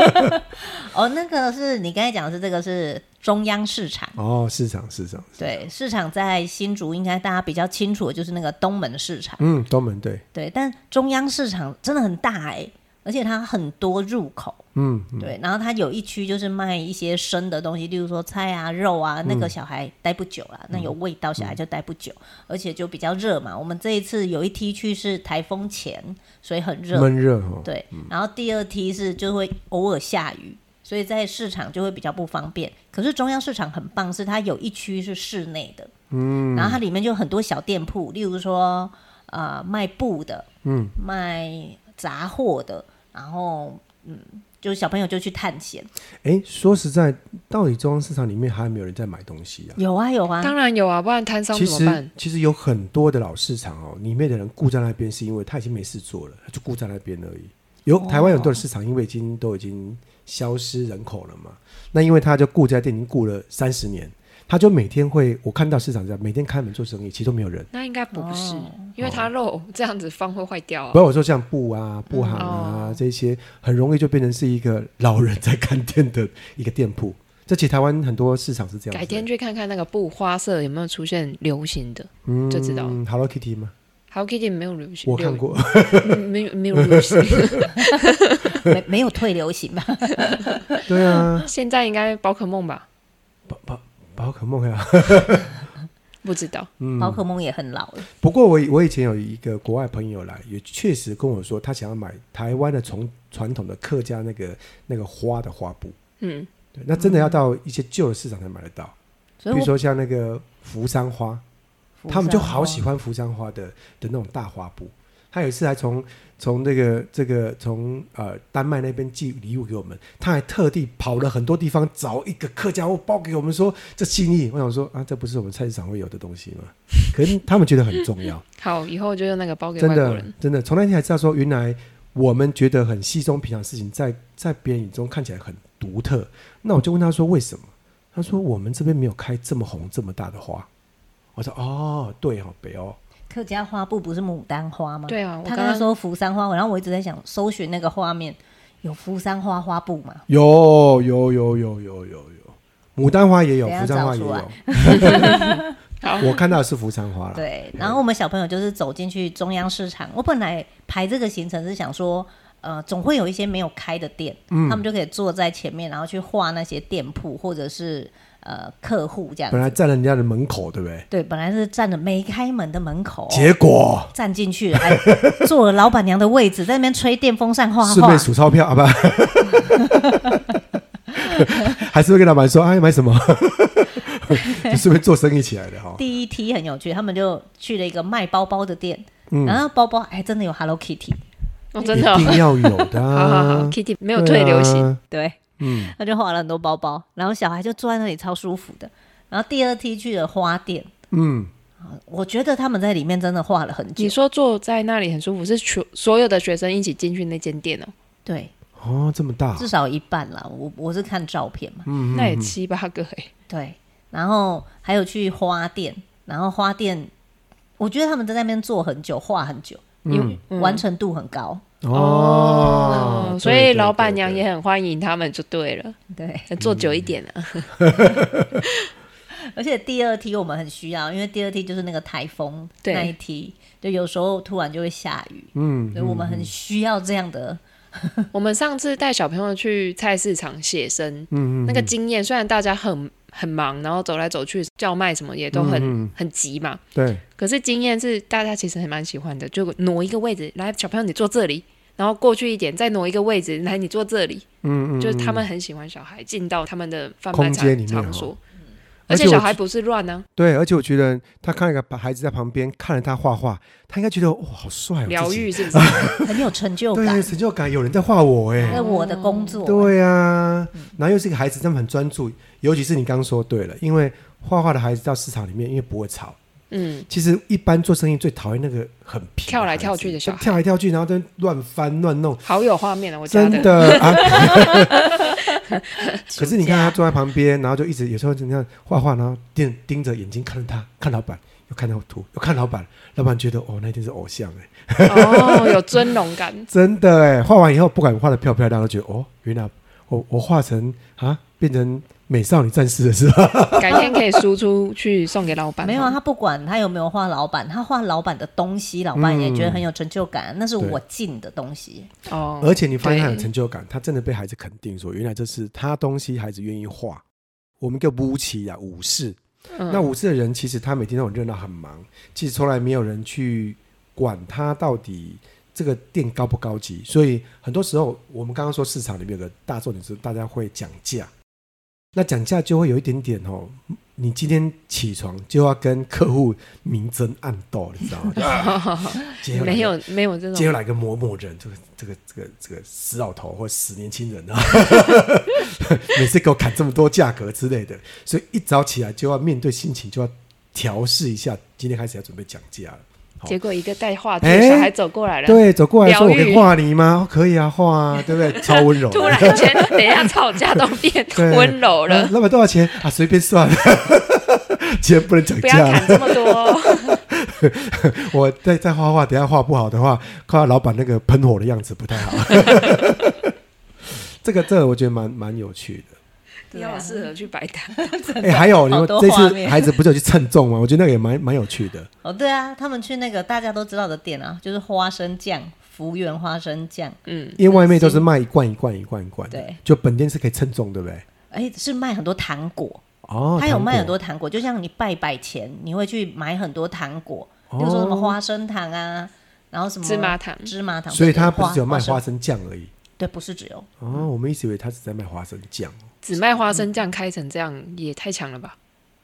Speaker 1: 哦，那个是你刚才讲的是这个是中央市场，
Speaker 2: 哦，市场市场，
Speaker 1: 对，市场在新竹应该大家比较清楚的就是那个东门市场。
Speaker 2: 嗯，东门对，
Speaker 1: 对，但中央市场真的很大哎、而且它很多入口，
Speaker 2: 嗯，嗯
Speaker 1: 对，然后它有一区就是卖一些生的东西，例如说菜啊、肉啊，那
Speaker 2: 嗯
Speaker 1: 个小孩待不久啦，那有味道小孩就待不久，而且就比较热嘛。我们这一次有一梯区是台风前，所以很热，
Speaker 2: 闷热哦。
Speaker 1: 对，然后第二梯是就会偶尔下雨。所以在市场就会比较不方便，可是中央市场很棒，是它有一区是室内的，嗯，然后它里面就有很多小店铺，例如说呃卖布的，
Speaker 2: 嗯，
Speaker 1: 卖杂货的，然后嗯，就小朋友就去探险，
Speaker 2: 哎，说实在，到底中央市场里面还有没有人在买东西啊？
Speaker 1: 有啊有啊，
Speaker 3: 当然有啊，不然摊商
Speaker 2: 其
Speaker 3: 怎么办
Speaker 2: 实？其实有很多的老市场哦，里面的人顾在那边，是因为他已经没事做了，他就顾在那边而已。有台湾有很多的市场，因为已经都已经消失人口了嘛，那因为他就顾在店已经顾了三十年，他就每天会我看到市场这样，每天开门做生意，其实都没有人。
Speaker 3: 那应该不是
Speaker 1: 哦，
Speaker 3: 因为它肉 <laughs> 这样子放会坏掉
Speaker 2: 不
Speaker 3: 啊。
Speaker 2: 要我说像布啊、布行啊、
Speaker 3: 哦
Speaker 2: 这些，很容易就变成是一个老人在看店的一个店铺。这其实台湾很多市场是这样子的。
Speaker 3: 改天去看看那个布花色有没有出现流行的就知道
Speaker 2: 嗯 Hello Kitty 吗？
Speaker 3: ，Hello Kitty 没有流行，
Speaker 2: 我看过， <laughs>
Speaker 3: 流， <laughs> 没有没有流行。 <laughs>
Speaker 1: 没没有退流行吧？
Speaker 2: 对啊，
Speaker 3: 现在应该宝可梦吧？
Speaker 2: 宝宝宝可梦呀。
Speaker 3: 不知道，
Speaker 2: 嗯
Speaker 1: 宝可梦也很老了，
Speaker 2: 不过我以我以前有一个国外朋友来，也确实跟我说，他想要买台湾的从传统的客家那个那个花的花布。
Speaker 3: 嗯，
Speaker 2: 对，那真的要到一些旧的市场才买得到，
Speaker 1: 所以我
Speaker 2: 比如说像那个扶桑花，他们就好喜
Speaker 1: 欢。
Speaker 2: 欢扶桑花的的那种大花布。他有一次还从从这个这个从呃丹麦那边寄礼物给我们，他还特地跑了很多地方找一个客家货包给我们说这心意。我想说啊，这不是我们菜市场会有的东西吗？可是他们觉得很重要。
Speaker 3: <laughs> 好，以后就用那个包给
Speaker 2: 真
Speaker 3: 外国
Speaker 2: 的
Speaker 3: 人。
Speaker 2: 真的，从那天才知道说，原来我们觉得很稀松平常的事情，在在别人眼中看起来很独特。那我就问他说为什么？他说我们这边没有开这么红这么大的花。我说哦，对哦，北欧，
Speaker 1: 客家花布不是牡丹花吗？
Speaker 3: 对啊，我
Speaker 1: 他
Speaker 3: 刚
Speaker 1: 跟他
Speaker 3: 刚
Speaker 1: 说扶桑花，然后我一直在想搜寻那个画面，有扶桑花花布吗？
Speaker 2: 有有有有有有有，牡丹花也有，
Speaker 1: 等一下
Speaker 2: 扶桑花也
Speaker 1: 找
Speaker 2: 有。
Speaker 3: <laughs> 好，
Speaker 2: 我看到的是扶桑花了。
Speaker 1: 对，然后我们小朋友就是走进去中央市场，我本来排这个行程是想说，呃，总会有一些没有开的店，
Speaker 2: 嗯
Speaker 1: 他们就可以坐在前面，然后去画那些店铺或者是呃客户这样
Speaker 2: 本来
Speaker 1: 子。
Speaker 2: 站人家的门口，对不对？
Speaker 1: 对，本来是站着没开门的门口哦、
Speaker 2: 结果
Speaker 1: 站进去了，还坐了老板娘的位置，在那边吹电风扇画
Speaker 2: 顺
Speaker 1: 画
Speaker 2: 便。数钞票啊，不， <laughs> 还是会跟老板说哎买什么， <laughs> 就顺便做生意起来的哈、
Speaker 1: 第一梯很有趣，他们就去了一个卖包包的店，
Speaker 2: 嗯
Speaker 1: 然后包包还真的有 Hello Kitty，
Speaker 3: 我 <laughs> 真的哦
Speaker 2: 一定要有的、
Speaker 3: <laughs> 好好好
Speaker 2: 啊。
Speaker 3: ，Kitty 没有退流行，
Speaker 2: 啊，
Speaker 1: 对，
Speaker 2: 嗯，
Speaker 1: 他就画了很多包包，然后小孩就坐在那里超舒服的。然后第二梯去了花店，
Speaker 2: 嗯，
Speaker 1: 我觉得他们在里面真的画了很久
Speaker 3: 你。说坐在那里很舒服，是全所有的学生一起进去那间店哦，
Speaker 1: 对，
Speaker 2: 哦，这么大，
Speaker 1: 至少一半啦。我我是看照片嘛，
Speaker 2: 嗯，
Speaker 3: 那也七八个哎，
Speaker 1: 对。然后还有去花店，然后花店，我觉得他们在那边坐很久，画很久，
Speaker 2: 嗯
Speaker 1: 因
Speaker 3: 嗯
Speaker 1: 为完成度很高。
Speaker 2: 哦，对
Speaker 3: 所
Speaker 2: 对
Speaker 3: 以
Speaker 2: 对
Speaker 3: 老板娘
Speaker 2: 对
Speaker 3: 也很欢迎他们，就对了，
Speaker 1: 对，
Speaker 3: 坐久一点啊，
Speaker 1: 而且第二梯我们很需要，因为第二梯就是那个台风
Speaker 3: 对
Speaker 1: 那一梯，就有时候突然就会下雨，
Speaker 2: 嗯
Speaker 1: 所以我们很需要这样的。
Speaker 3: <laughs> 我们上次带小朋友去菜市场写生，
Speaker 2: 嗯
Speaker 3: 那个经验虽然大家很很忙，然后走来走去叫卖什么也都很、
Speaker 2: 嗯嗯
Speaker 3: 很急嘛，
Speaker 2: 对，
Speaker 3: 可是经验是大家其实还蛮喜欢的，就挪一个位置来，小朋友你坐这里，然后过去一点再挪一个位置来，你坐这里，
Speaker 2: 嗯嗯，
Speaker 3: 就是他们很喜欢小孩进到他们的贩卖
Speaker 2: 空
Speaker 3: 场
Speaker 2: 间里面
Speaker 3: 场
Speaker 2: 哦
Speaker 3: 所，
Speaker 2: 而
Speaker 3: 而
Speaker 2: 且
Speaker 3: 且小
Speaker 2: 我
Speaker 3: 孩不是乱啊呢、
Speaker 2: 对，而且我觉得他看了一个孩子在旁边看着他画画，他应该觉得哇、好帅、哦，
Speaker 3: 疗
Speaker 2: 自己，
Speaker 3: 愈是
Speaker 2: <laughs>
Speaker 3: 不是？
Speaker 1: 很有成就感
Speaker 2: 对，，成就感，有人在画我哎、
Speaker 3: 嗯
Speaker 1: 那我的工作，
Speaker 2: 对啊，然后又是一个孩子，他们很专注，尤其是你刚刚说对了，因为画画的孩子到市场里面，因为不会吵。
Speaker 3: 嗯，
Speaker 2: 其实一般做生意最讨厌那个很皮的
Speaker 3: 跳来
Speaker 2: 孩子
Speaker 3: 跳去的小孩
Speaker 2: 跳来跳去，然后在那边乱翻乱弄，
Speaker 3: 好有画面啊，我家
Speaker 2: 真
Speaker 3: 的。
Speaker 2: 的啊。
Speaker 3: <laughs>
Speaker 2: 可是你看他坐在旁边，然后就一直有时候你看画画，然后盯盯着眼睛看着他，看老板，又看到图，又看老板，老板觉得哦，那一定是偶像哎。。
Speaker 3: 哦，有尊荣感
Speaker 2: 真的哎，画完以后不管画的漂不漂亮，都觉得哦，原来我我画成啊，变成美少女战士了是吧？
Speaker 3: 改天可以输出去送给老板。
Speaker 1: 没有啊，他不管他有没有画老板，他画老板的东西，老板也觉得很有成就感，那是
Speaker 3: 嗯
Speaker 1: 我进的东西。
Speaker 3: 哦，
Speaker 2: 而且你发现他有
Speaker 3: 对
Speaker 2: 成就感，他真的被孩子肯定说，原来这是他东西，孩子愿意画。我们叫武器啊，武士。
Speaker 3: 嗯 <laughs>
Speaker 2: 那武士的人其实他每天都很热闹，很忙，其实从来没有人去管他到底这个店高不高级。所以很多时候，我们刚刚说市场里面有个大重点是大家会讲价，那讲价就会有一点点哦，你今天起床就要跟客户明争暗斗，你知道吗？
Speaker 3: <laughs>
Speaker 2: 就啊今天来个
Speaker 3: 没有没有这
Speaker 2: 今天
Speaker 3: 种，
Speaker 2: 来个某某人，这个这个这个这个死老头或死年轻人啊， <laughs> 每次给我砍这么多价格之类的，所以一早起来就要面对心情，就要调试一下。今天开始要准备讲价了。好
Speaker 3: 结果一个带画图
Speaker 2: 哎
Speaker 3: 的小孩走过来了，
Speaker 2: 对，走过来说：“我
Speaker 3: 疗愈
Speaker 2: 可以画你吗？”哦可以啊，画
Speaker 3: <laughs>
Speaker 2: 啊，对不对？超温柔的。
Speaker 3: 突然间，等一下吵架都变
Speaker 2: <laughs> 对
Speaker 3: 温柔
Speaker 2: 啊
Speaker 3: 了，
Speaker 2: 老板多少钱啊？随便算。 <laughs> 今天不能讲
Speaker 3: 不要
Speaker 2: 价了
Speaker 3: 砍，这
Speaker 2: <laughs>
Speaker 3: 么 <laughs> 多。
Speaker 2: 我再再画画，等一下画不好的话，看到老板那个喷火的样子不太好。 <laughs> 这个这个我觉得蛮蛮有趣的。
Speaker 1: 对啊
Speaker 3: 要适合去摆摊，
Speaker 2: 哎、还有你
Speaker 1: 好
Speaker 2: 们
Speaker 1: 多
Speaker 2: 这
Speaker 1: 画
Speaker 2: 次
Speaker 1: 面
Speaker 2: 孩子不是有去称重吗？我觉得那个也蛮蛮有趣的。
Speaker 1: 哦，对啊，他们去那个大家都知道的店啊，就是花生酱，福源花生酱，
Speaker 3: 嗯，
Speaker 2: 因为外面都是卖一罐一罐一罐一罐的，
Speaker 1: 对
Speaker 2: 就本店是可以称重，对不对？
Speaker 1: 哎，是卖很多糖果，
Speaker 2: 哦，
Speaker 1: 他有卖
Speaker 2: 糖
Speaker 1: 很多糖果，就像你拜拜前你会去买很多糖果，比
Speaker 2: 哦
Speaker 1: 如说什么花生糖啊，然后什么
Speaker 3: 芝麻糖
Speaker 1: 芝麻糖，
Speaker 2: 果，所以他
Speaker 1: 它
Speaker 2: 不是只有卖花，生酱而已。
Speaker 1: 对，不是只有，
Speaker 2: 哦，我们一直以为他只在卖花生酱
Speaker 3: 只卖花生酱开成这样也太强了吧？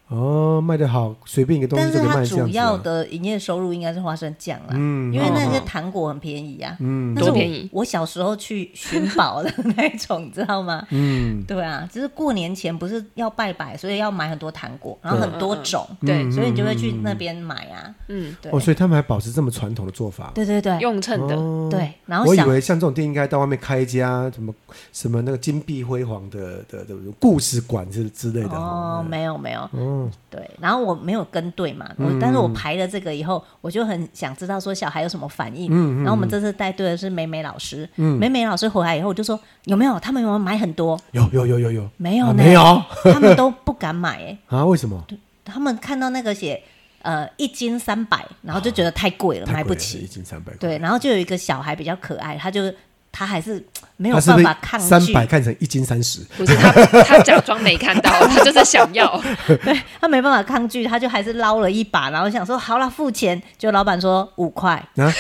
Speaker 2: 哦，卖得好，随便一个东西
Speaker 1: 但
Speaker 2: 都
Speaker 1: 是
Speaker 2: 可以卖
Speaker 1: 它
Speaker 2: 这样
Speaker 1: 主
Speaker 2: 子、
Speaker 1: 要
Speaker 2: 啊。
Speaker 1: 的营业收入应该是花生酱啊啦，
Speaker 2: 嗯
Speaker 1: 因为那些
Speaker 3: 哦
Speaker 1: 糖果很便宜啊。
Speaker 2: 嗯
Speaker 1: 但是我
Speaker 3: 多便宜
Speaker 1: 我小时候去寻宝的那一种，你知道吗？
Speaker 2: 嗯，
Speaker 1: 对啊，只是过年前不是要拜拜，所以要买很多糖果，然后
Speaker 2: 对
Speaker 1: 很多种，
Speaker 2: 嗯
Speaker 3: 对，
Speaker 1: 所以你就会去那边买啊。
Speaker 3: 嗯，
Speaker 1: 对，
Speaker 2: 哦，所以他们还保持这么传统的做法。
Speaker 1: 对对对
Speaker 3: 用称的，
Speaker 2: 哦
Speaker 1: 对，然后
Speaker 2: 我以
Speaker 1: 小
Speaker 2: 为像这种店应该到外面开一家什么什么那个金碧辉煌的的的故事馆之之类的嗯
Speaker 1: 哦，没有没有，
Speaker 2: 哦，
Speaker 1: 对，然后我没有跟对嘛，我、但是我排了这个以后，我就很想知道说小孩有什么反应。
Speaker 2: 嗯嗯嗯
Speaker 1: 然后我们这次带队的是美美老师，美美老师回来以后我就说有没有他们有没有买很多？
Speaker 2: 有有有有有
Speaker 1: 没有
Speaker 2: 啊
Speaker 1: 呢，
Speaker 2: 没有
Speaker 1: 他们都不敢买、欸，
Speaker 2: 啊？为什么？
Speaker 1: 他们看到那个写呃一斤三百，然后就觉得太贵了，
Speaker 2: 哦太
Speaker 1: 买
Speaker 2: 贵
Speaker 1: 不
Speaker 2: 了一
Speaker 1: 起。
Speaker 2: 斤三百块。
Speaker 1: 对，然后就有一个小孩比较可爱，他就他还是没有
Speaker 2: 他是不
Speaker 1: 办
Speaker 2: 是
Speaker 1: 法抗拒，
Speaker 2: 三百看成一斤三十？
Speaker 3: 不是他，他假装没看到，他就是想要。
Speaker 1: 他没办法抗拒，他就还是捞了一把，然后想说好了付钱，就老板说五块，
Speaker 3: <laughs>
Speaker 2: 啊？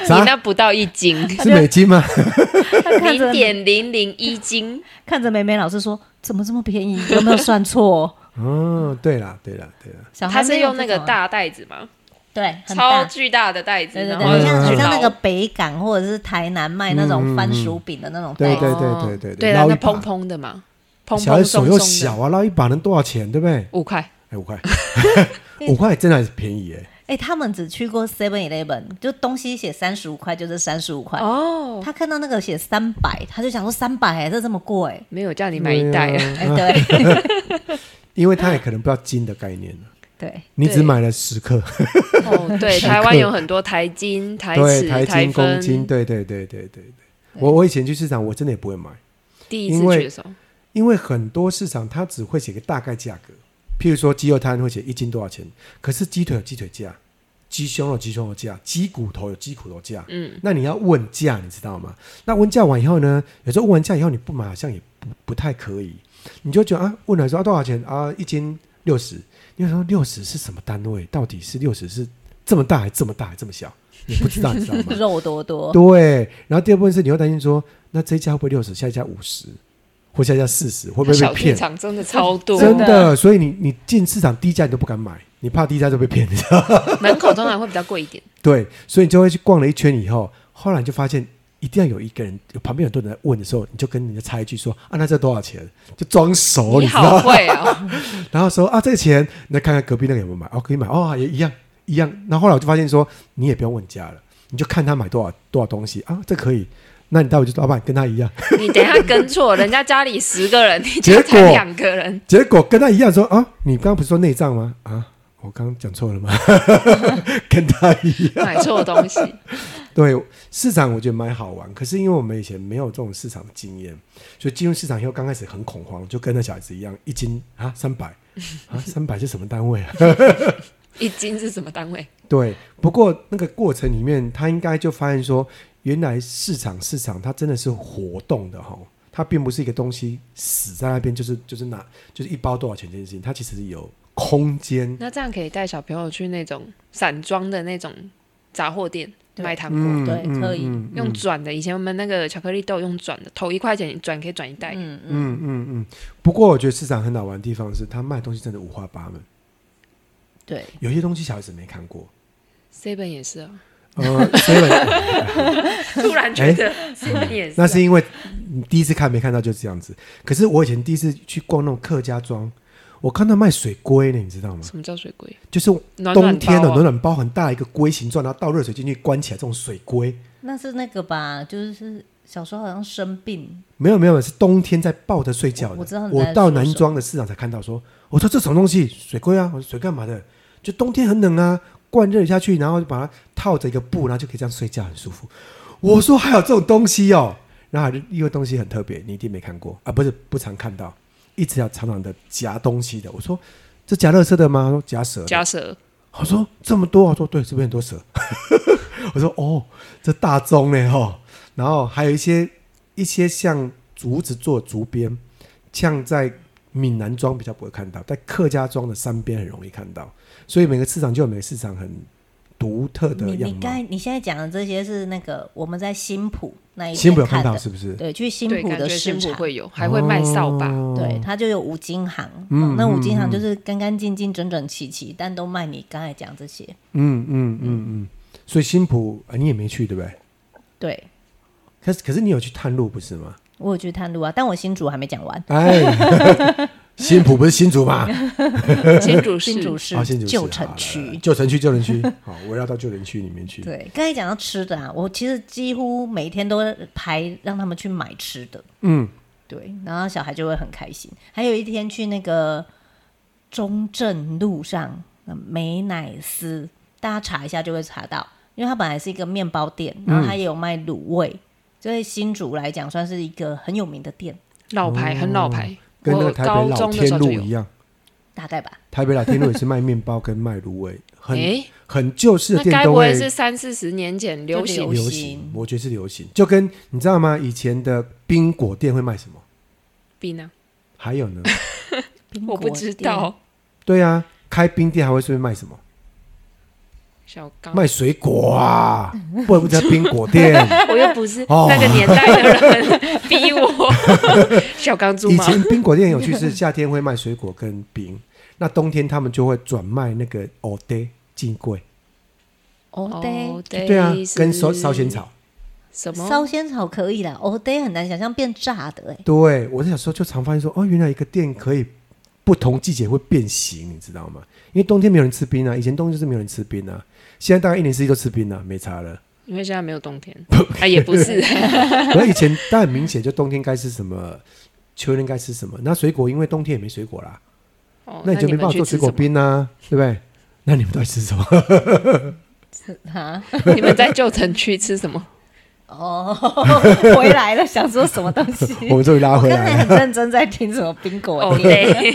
Speaker 3: 你
Speaker 2: 啥
Speaker 3: 那不到一斤，
Speaker 2: 是美金吗？ <laughs>
Speaker 1: 他看着
Speaker 3: 零点零零一斤，
Speaker 1: 看着美美老师说怎么这么便宜，有没有算
Speaker 3: <laughs>
Speaker 1: 错？
Speaker 2: 哦，对啦，对啦，对啦，
Speaker 1: 小孩
Speaker 3: 他
Speaker 1: 没
Speaker 3: 是
Speaker 1: 有
Speaker 3: 用那
Speaker 1: 这
Speaker 3: 个
Speaker 1: 种啊
Speaker 3: 大袋子嘛，
Speaker 1: 对很
Speaker 3: 超
Speaker 1: 大。
Speaker 3: 巨大的袋子，
Speaker 1: 对对
Speaker 3: 然
Speaker 1: 对，
Speaker 3: 后
Speaker 1: 很
Speaker 2: 就
Speaker 1: 像
Speaker 2: 是
Speaker 1: 很像
Speaker 3: 捞
Speaker 1: 那个北港或者是台南卖那种番
Speaker 2: 嗯
Speaker 1: 薯饼的嗯那种
Speaker 3: 哦
Speaker 2: 对
Speaker 1: 袋
Speaker 2: 对
Speaker 1: 子，
Speaker 2: 对对对
Speaker 3: 对对啊，
Speaker 2: 捞
Speaker 3: 那
Speaker 2: 一把
Speaker 3: 蓬蓬的嘛，蓬
Speaker 2: 小孩
Speaker 3: 蓬
Speaker 2: 手
Speaker 3: 松
Speaker 2: 又
Speaker 3: 松
Speaker 2: 小
Speaker 3: 的，
Speaker 2: 啊，捞一把能多少钱？对不对？
Speaker 1: <laughs>
Speaker 3: 五块，
Speaker 2: 哎，五
Speaker 3: <laughs>
Speaker 2: 块，五块真的还是便宜哎。
Speaker 1: 哎，他们只去过 Seven Eleven，就东西写三十五块就是三十五块。
Speaker 3: 哦，
Speaker 1: 他看到那个写三百，他就想说三百这这么贵，
Speaker 3: 没有叫你买一袋
Speaker 2: 对 <laughs>
Speaker 3: 啊，
Speaker 2: 啊
Speaker 1: 哎， <laughs> 对
Speaker 2: 因为他也可能不知道金的概念了，啊
Speaker 1: 对，
Speaker 2: 你只
Speaker 3: 对
Speaker 2: 买了十克，
Speaker 3: 哦，对，台湾有很多台金、台
Speaker 2: 对，
Speaker 3: 尺、
Speaker 2: 台
Speaker 3: 台
Speaker 2: 斤、公
Speaker 3: 分，
Speaker 2: 斤，对对对对对对。我我以前去市场，我真的也不会买，
Speaker 3: 第一次
Speaker 2: 因为
Speaker 3: 去的时候，
Speaker 2: 因为很多市场它只会写个大概价格，譬如说鸡肉摊会写一斤多少钱，可是鸡腿有鸡腿价，鸡胸肉有鸡胸肉价，鸡骨头有鸡骨头价，
Speaker 3: 嗯，
Speaker 2: 那你要问价，你知道吗？那问价完以后呢，有时候问完价以后你不买好像也不不太可以，你就觉得啊，问来说、啊、多少钱啊，一斤六十，你就说六十是什么单位？到底是六十是这么大还这么大还这么小？你不知道，你知道吗？
Speaker 1: 肉多多，
Speaker 2: 对，然后第二部分是你会担心说，那这一家会不会六十，下一家五十，或下一家四十，会不会
Speaker 3: 小
Speaker 2: 被
Speaker 3: 剧
Speaker 2: 骗？
Speaker 3: 场真的超多，
Speaker 2: 真
Speaker 1: 真
Speaker 2: 的，所以你你进市场低价你都不敢买，你怕低价就被骗，你知道吗？
Speaker 3: 门口通常会比较贵一点，
Speaker 2: 对，所以你就会去逛了一圈以后，后来你就发现一定要有一个人，有呃旁边很多人在问的时候，你就跟人家插一句说啊，那这多少钱？就装熟，
Speaker 3: 你
Speaker 2: 哦你知道
Speaker 3: 好
Speaker 2: 吗？
Speaker 3: 会啊，
Speaker 2: 然后说啊，这个钱，那看看隔壁那个有没有买，哦，可以买，哦，也一样一样。然后后来我就发现说，你也不用问价了，你就看他买多少多少东西啊，这可以。那你待会就说老板跟他一样，
Speaker 3: 你等一下跟错，人家家里十个人，你
Speaker 2: 结
Speaker 3: 家
Speaker 2: 果
Speaker 3: 才两个人，
Speaker 2: 结果跟他一样说啊，你刚刚不是说内脏吗？啊，我刚刚讲错了吗？ <laughs> 跟他一样。
Speaker 3: 买错东西，
Speaker 2: 对市场，我觉得蛮好玩。可是因为我们以前没有这种市场经验，所以进入市场以后，刚开始很恐慌，就跟那小孩子一样，一斤啊三百啊 <laughs> 三百是什么单位啊？ <laughs>
Speaker 3: 一斤是什么单位？
Speaker 2: 对，不过那个过程里面，他应该就发现说，原来市场市场它真的是活动的哈，它并不是一个东西死在那边，就是就是拿就是一包多少钱这件事情，它其实有空间。
Speaker 3: 那这样可以带小朋友去那种散装的那种杂货店
Speaker 1: 对
Speaker 3: 买糖果，
Speaker 2: 嗯，
Speaker 1: 对
Speaker 2: 嗯
Speaker 1: 可以
Speaker 2: 嗯
Speaker 3: 用转的。以前我们那个巧克力豆用转的，投一块钱你转可以转一袋。
Speaker 1: 嗯嗯，
Speaker 2: 嗯嗯嗯。不过我觉得市场很好玩的地方是，它卖的东西真的五花八
Speaker 3: 嗯
Speaker 2: 门，
Speaker 1: 对，
Speaker 2: 有些东西小孩子没看
Speaker 3: <laughs>
Speaker 2: 过。
Speaker 3: seven 也是
Speaker 1: <laughs>
Speaker 3: 啊，
Speaker 2: 呃，seven，
Speaker 3: 突然觉得 seven 也是啊、
Speaker 2: 哎那是因为你第一次看没看到就是这样子。可是我以前第一次去逛那种客家庄，我看到卖水龟呢，你知道吗？
Speaker 3: 什么叫水龟？
Speaker 2: 就是
Speaker 3: 暖
Speaker 2: 冬天的
Speaker 3: 暖包
Speaker 2: 暖
Speaker 3: 啊
Speaker 2: 暖包，很大一个龟形状，然后倒热水进去关起来，这种水龟
Speaker 1: 那是那个吧，就是小时候好像生病，
Speaker 2: 没有没有是冬天在抱着睡觉的。
Speaker 1: 我我知道你在
Speaker 2: 我到
Speaker 1: 说什么
Speaker 2: 南庄的市场才看到说，我说这什么东西水龟啊，我说水干嘛的？就冬天很冷啊，灌热下去，然后就把它套着一个布，然后就可以这样睡觉，很舒服。我说还有这种东西哦，然后一个东西很特别，你一定没看过啊，不是不常看到，一直要常常的夹东西的。我说这夹乐色的吗？他说夹蛇的。
Speaker 3: 加蛇，
Speaker 2: 我说这么多啊，我说对，这边很多蛇。 <laughs> 我说哦，这大宗呢哦，然后还有一些一些像竹子做的竹编，像在闽南庄比较不会看到，在客家庄的山边很容易看到，所以每个市场就有每个市场很独特的
Speaker 1: 你
Speaker 2: 样
Speaker 1: 你
Speaker 2: 貌。
Speaker 1: 刚你现在讲的这些是那个我们在新浦那一
Speaker 2: 新
Speaker 1: 边
Speaker 2: 浦有
Speaker 1: 看
Speaker 2: 看到
Speaker 1: 的，
Speaker 2: 是不是？
Speaker 1: 对，去新
Speaker 3: 对，
Speaker 1: 浦
Speaker 3: 感
Speaker 1: 的
Speaker 3: 觉
Speaker 1: 市
Speaker 3: 新浦
Speaker 1: 场，
Speaker 3: 会有，还会卖扫把。
Speaker 2: 哦
Speaker 1: 对，它就有五金行，
Speaker 2: 嗯
Speaker 1: 哦那五金
Speaker 2: 嗯
Speaker 1: 行就是干干净净、整整齐齐，但都卖你刚才讲这些。
Speaker 2: 嗯嗯嗯嗯。所以新浦、啊、你也没去对不对？
Speaker 1: 对
Speaker 2: 可是可是你有去探路不是吗？
Speaker 1: 我有去探路啊，但我新竹还没讲完，
Speaker 2: 哎， <laughs> 新浦不是新竹
Speaker 1: <laughs>
Speaker 2: 嘛？
Speaker 3: 新竹
Speaker 1: 新竹
Speaker 3: 市
Speaker 1: 市
Speaker 2: 哦，新竹是
Speaker 1: 旧城
Speaker 2: 好来来来
Speaker 1: 区。
Speaker 2: 旧城区，旧城区，好，我要到旧城区里面去。
Speaker 1: 对，刚才讲到吃的啊，我其实几乎每天都排让他们去买吃的，
Speaker 2: 嗯，
Speaker 1: 对，然后小孩就会很开心。还有一天去那个中正路上呃美乃斯，大家查一下就会查到，因为它本来是一个面包店，然后它也有卖卤味，所以新竹来讲算是一个很有名的店，
Speaker 3: 老牌很老牌，
Speaker 2: 哦跟那
Speaker 3: 我
Speaker 2: 个台北
Speaker 3: 高
Speaker 2: 老
Speaker 3: 中的时
Speaker 2: 天
Speaker 3: 候就
Speaker 2: 路
Speaker 3: 有
Speaker 2: 一。样，
Speaker 1: 大概吧。
Speaker 2: 台北老天路也是卖面包跟卖卤味，
Speaker 3: <laughs>
Speaker 2: 很
Speaker 3: 哎，
Speaker 2: 很旧式的
Speaker 3: 那
Speaker 2: 店
Speaker 3: 该
Speaker 2: 都
Speaker 3: 不
Speaker 2: 会
Speaker 3: 会是三四十年前流
Speaker 1: 就
Speaker 3: 行
Speaker 1: 流
Speaker 2: 流行
Speaker 1: 行，
Speaker 2: 我觉得是流行。就跟你知道吗？以前的冰果店会卖什么？
Speaker 3: 冰呢？
Speaker 2: 还有
Speaker 3: <laughs>
Speaker 2: 呢？
Speaker 1: 冰
Speaker 3: 我
Speaker 1: 果
Speaker 3: 不知
Speaker 1: 店，
Speaker 3: 道，
Speaker 2: 对啊，开冰店还会顺便卖什么？
Speaker 3: 小刚，
Speaker 2: 卖水果啊，不然不叫冰果店。
Speaker 3: 我又不是
Speaker 2: 哦
Speaker 3: 那个年代的
Speaker 2: <laughs>
Speaker 3: 人，逼我。小刚 <laughs> 猪
Speaker 2: 以
Speaker 3: 吗？
Speaker 2: 前冰果店有趣是夏天会卖水果跟冰，那冬天他们就会转卖那个哦对进柜，
Speaker 1: 哦对。
Speaker 3: 对
Speaker 2: 对啊，跟烧烧仙草。
Speaker 3: 什
Speaker 1: 烧
Speaker 3: 么？
Speaker 1: 仙草可以啦，哦，对，很难想象变炸的哎、
Speaker 2: 对我在小时候就常发现说，哦，原来一个店可以不同季节会变形，你知道吗？因为冬天没有人吃冰啊，以前冬天就是没有人吃冰啊，现在大概一年四季都吃冰啊，没差了。
Speaker 3: 因为现在没有冬天啊，也不
Speaker 2: <laughs>
Speaker 3: 是
Speaker 2: 可是以前但很明显，就冬天该吃什啊么，秋天该吃什么。那水果因为冬天也没水果啦，
Speaker 3: 哦。
Speaker 2: 那你就没
Speaker 3: 们
Speaker 2: 办法
Speaker 3: 去
Speaker 2: 做
Speaker 3: 吃
Speaker 2: 水
Speaker 3: 什
Speaker 2: 果
Speaker 3: 么？
Speaker 2: 冰啊，对不对？那你们到底吃什么？
Speaker 1: 哈，
Speaker 3: 你们在旧城区吃
Speaker 2: <laughs>
Speaker 3: 什么？
Speaker 1: 哦，回来了，想说什么东西？
Speaker 2: <laughs> 我们终于拉
Speaker 1: 我
Speaker 2: 回
Speaker 1: 刚
Speaker 2: 来
Speaker 1: 才
Speaker 2: 了。
Speaker 1: 很认真在听什么冰果
Speaker 3: 哦，
Speaker 1: 店，
Speaker 3: 对，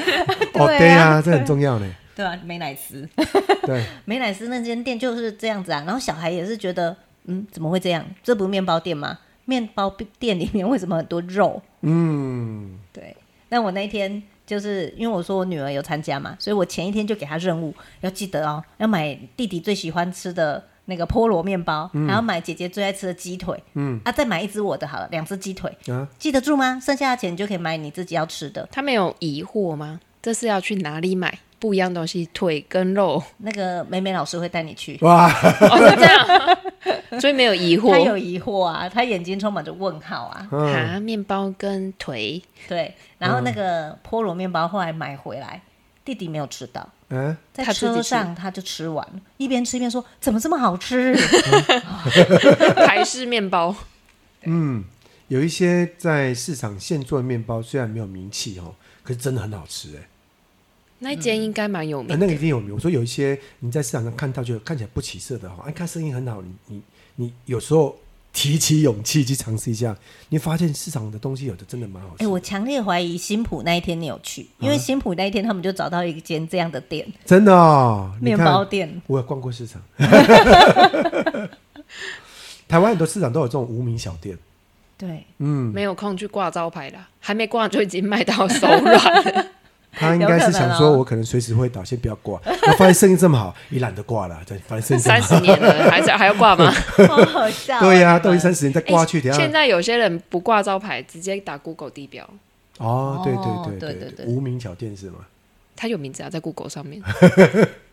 Speaker 2: 哦，对
Speaker 1: <laughs> 对
Speaker 2: 啊，
Speaker 1: 啊
Speaker 2: 这很重要呢。
Speaker 1: 对吧、美乃滋，
Speaker 2: <laughs> 对，
Speaker 1: <laughs> 美乃滋那间店就是这样子啊。然后小孩也是觉得，嗯，怎么会这样？这不是面包店吗？面包店里面为什么很多肉？
Speaker 2: 嗯，
Speaker 1: 对，那我那一天就是因为我说我女儿有参加嘛，所以我前一天就给她任务，要记得哦，要买弟弟最喜欢吃的那个菠萝面包，
Speaker 3: 嗯
Speaker 1: 然后买姐姐最爱吃的鸡腿，
Speaker 2: 嗯
Speaker 1: 嗯，啊，再买一只我的好了，两只鸡腿，
Speaker 2: 啊，
Speaker 1: 记得住吗？剩下的钱你就可以买你自己要吃的。
Speaker 3: 他们有疑惑吗？这是要去哪里买不一样东西？腿跟肉
Speaker 1: 那个美美老师会带你去。
Speaker 2: 哇，
Speaker 3: 哦，是这样，所以没有疑
Speaker 1: 她
Speaker 3: 惑
Speaker 1: 有疑惑啊，她眼睛充满着问号
Speaker 3: <laughs>
Speaker 1: 啊。
Speaker 2: 嗯，
Speaker 3: 啊。面包跟腿，
Speaker 1: 对，然后那
Speaker 3: 嗯
Speaker 1: 个菠萝面包后来买回来，弟弟没有吃到，
Speaker 2: 嗯，
Speaker 1: 在
Speaker 3: 他自己
Speaker 1: 车
Speaker 3: 吃
Speaker 1: 上他就吃完了，一边吃一边说：“怎么这么好吃？”
Speaker 3: 台式面包，
Speaker 2: 嗯有一些在市场现做的面包虽然没有名气哦，可是真的很好吃哎、
Speaker 3: 那一间应该蛮有
Speaker 2: 呃
Speaker 3: 名
Speaker 2: 那
Speaker 3: 的
Speaker 2: 个一。定有名。我说有一些你在市场上看到，就看起来不起色的哈、哦，哎，看生意很好，你你你有时候提起勇气去尝试一下，你发现市场的东西有的真的蛮好吃。
Speaker 1: 哎、我强烈怀疑新浦那一天你有去，
Speaker 2: 啊
Speaker 1: 因为新浦那一天他们就找到一间这样的店，
Speaker 2: 真的哦，你
Speaker 1: 面
Speaker 2: 看
Speaker 1: 包店。
Speaker 2: 我有逛过市场， <laughs> 台湾很多市场都有这种无名小店，
Speaker 1: 对，
Speaker 2: 嗯，
Speaker 3: 没有空去挂招牌啦，还没挂就已经卖到手软了。
Speaker 2: 他应该是想说，我可能随时会倒，先不要挂。我发现生意这么好，也懒得挂了，再反 <laughs> 正生意
Speaker 3: 三
Speaker 2: 这么
Speaker 3: 十年了，还是还要挂吗？
Speaker 1: 好好笑、
Speaker 2: 好。对呀、
Speaker 1: 啊，
Speaker 2: 都已经三十年再挂去， <laughs> 等一
Speaker 3: 哎现
Speaker 2: 下
Speaker 3: 在有些人不挂招牌，直接打 Google 地标，
Speaker 1: 哦
Speaker 2: 哦，对对
Speaker 1: 对
Speaker 2: 对
Speaker 1: 对对
Speaker 2: 无名小店是吗？
Speaker 3: 它有名字啊，在 Google
Speaker 2: <laughs>
Speaker 3: 上面。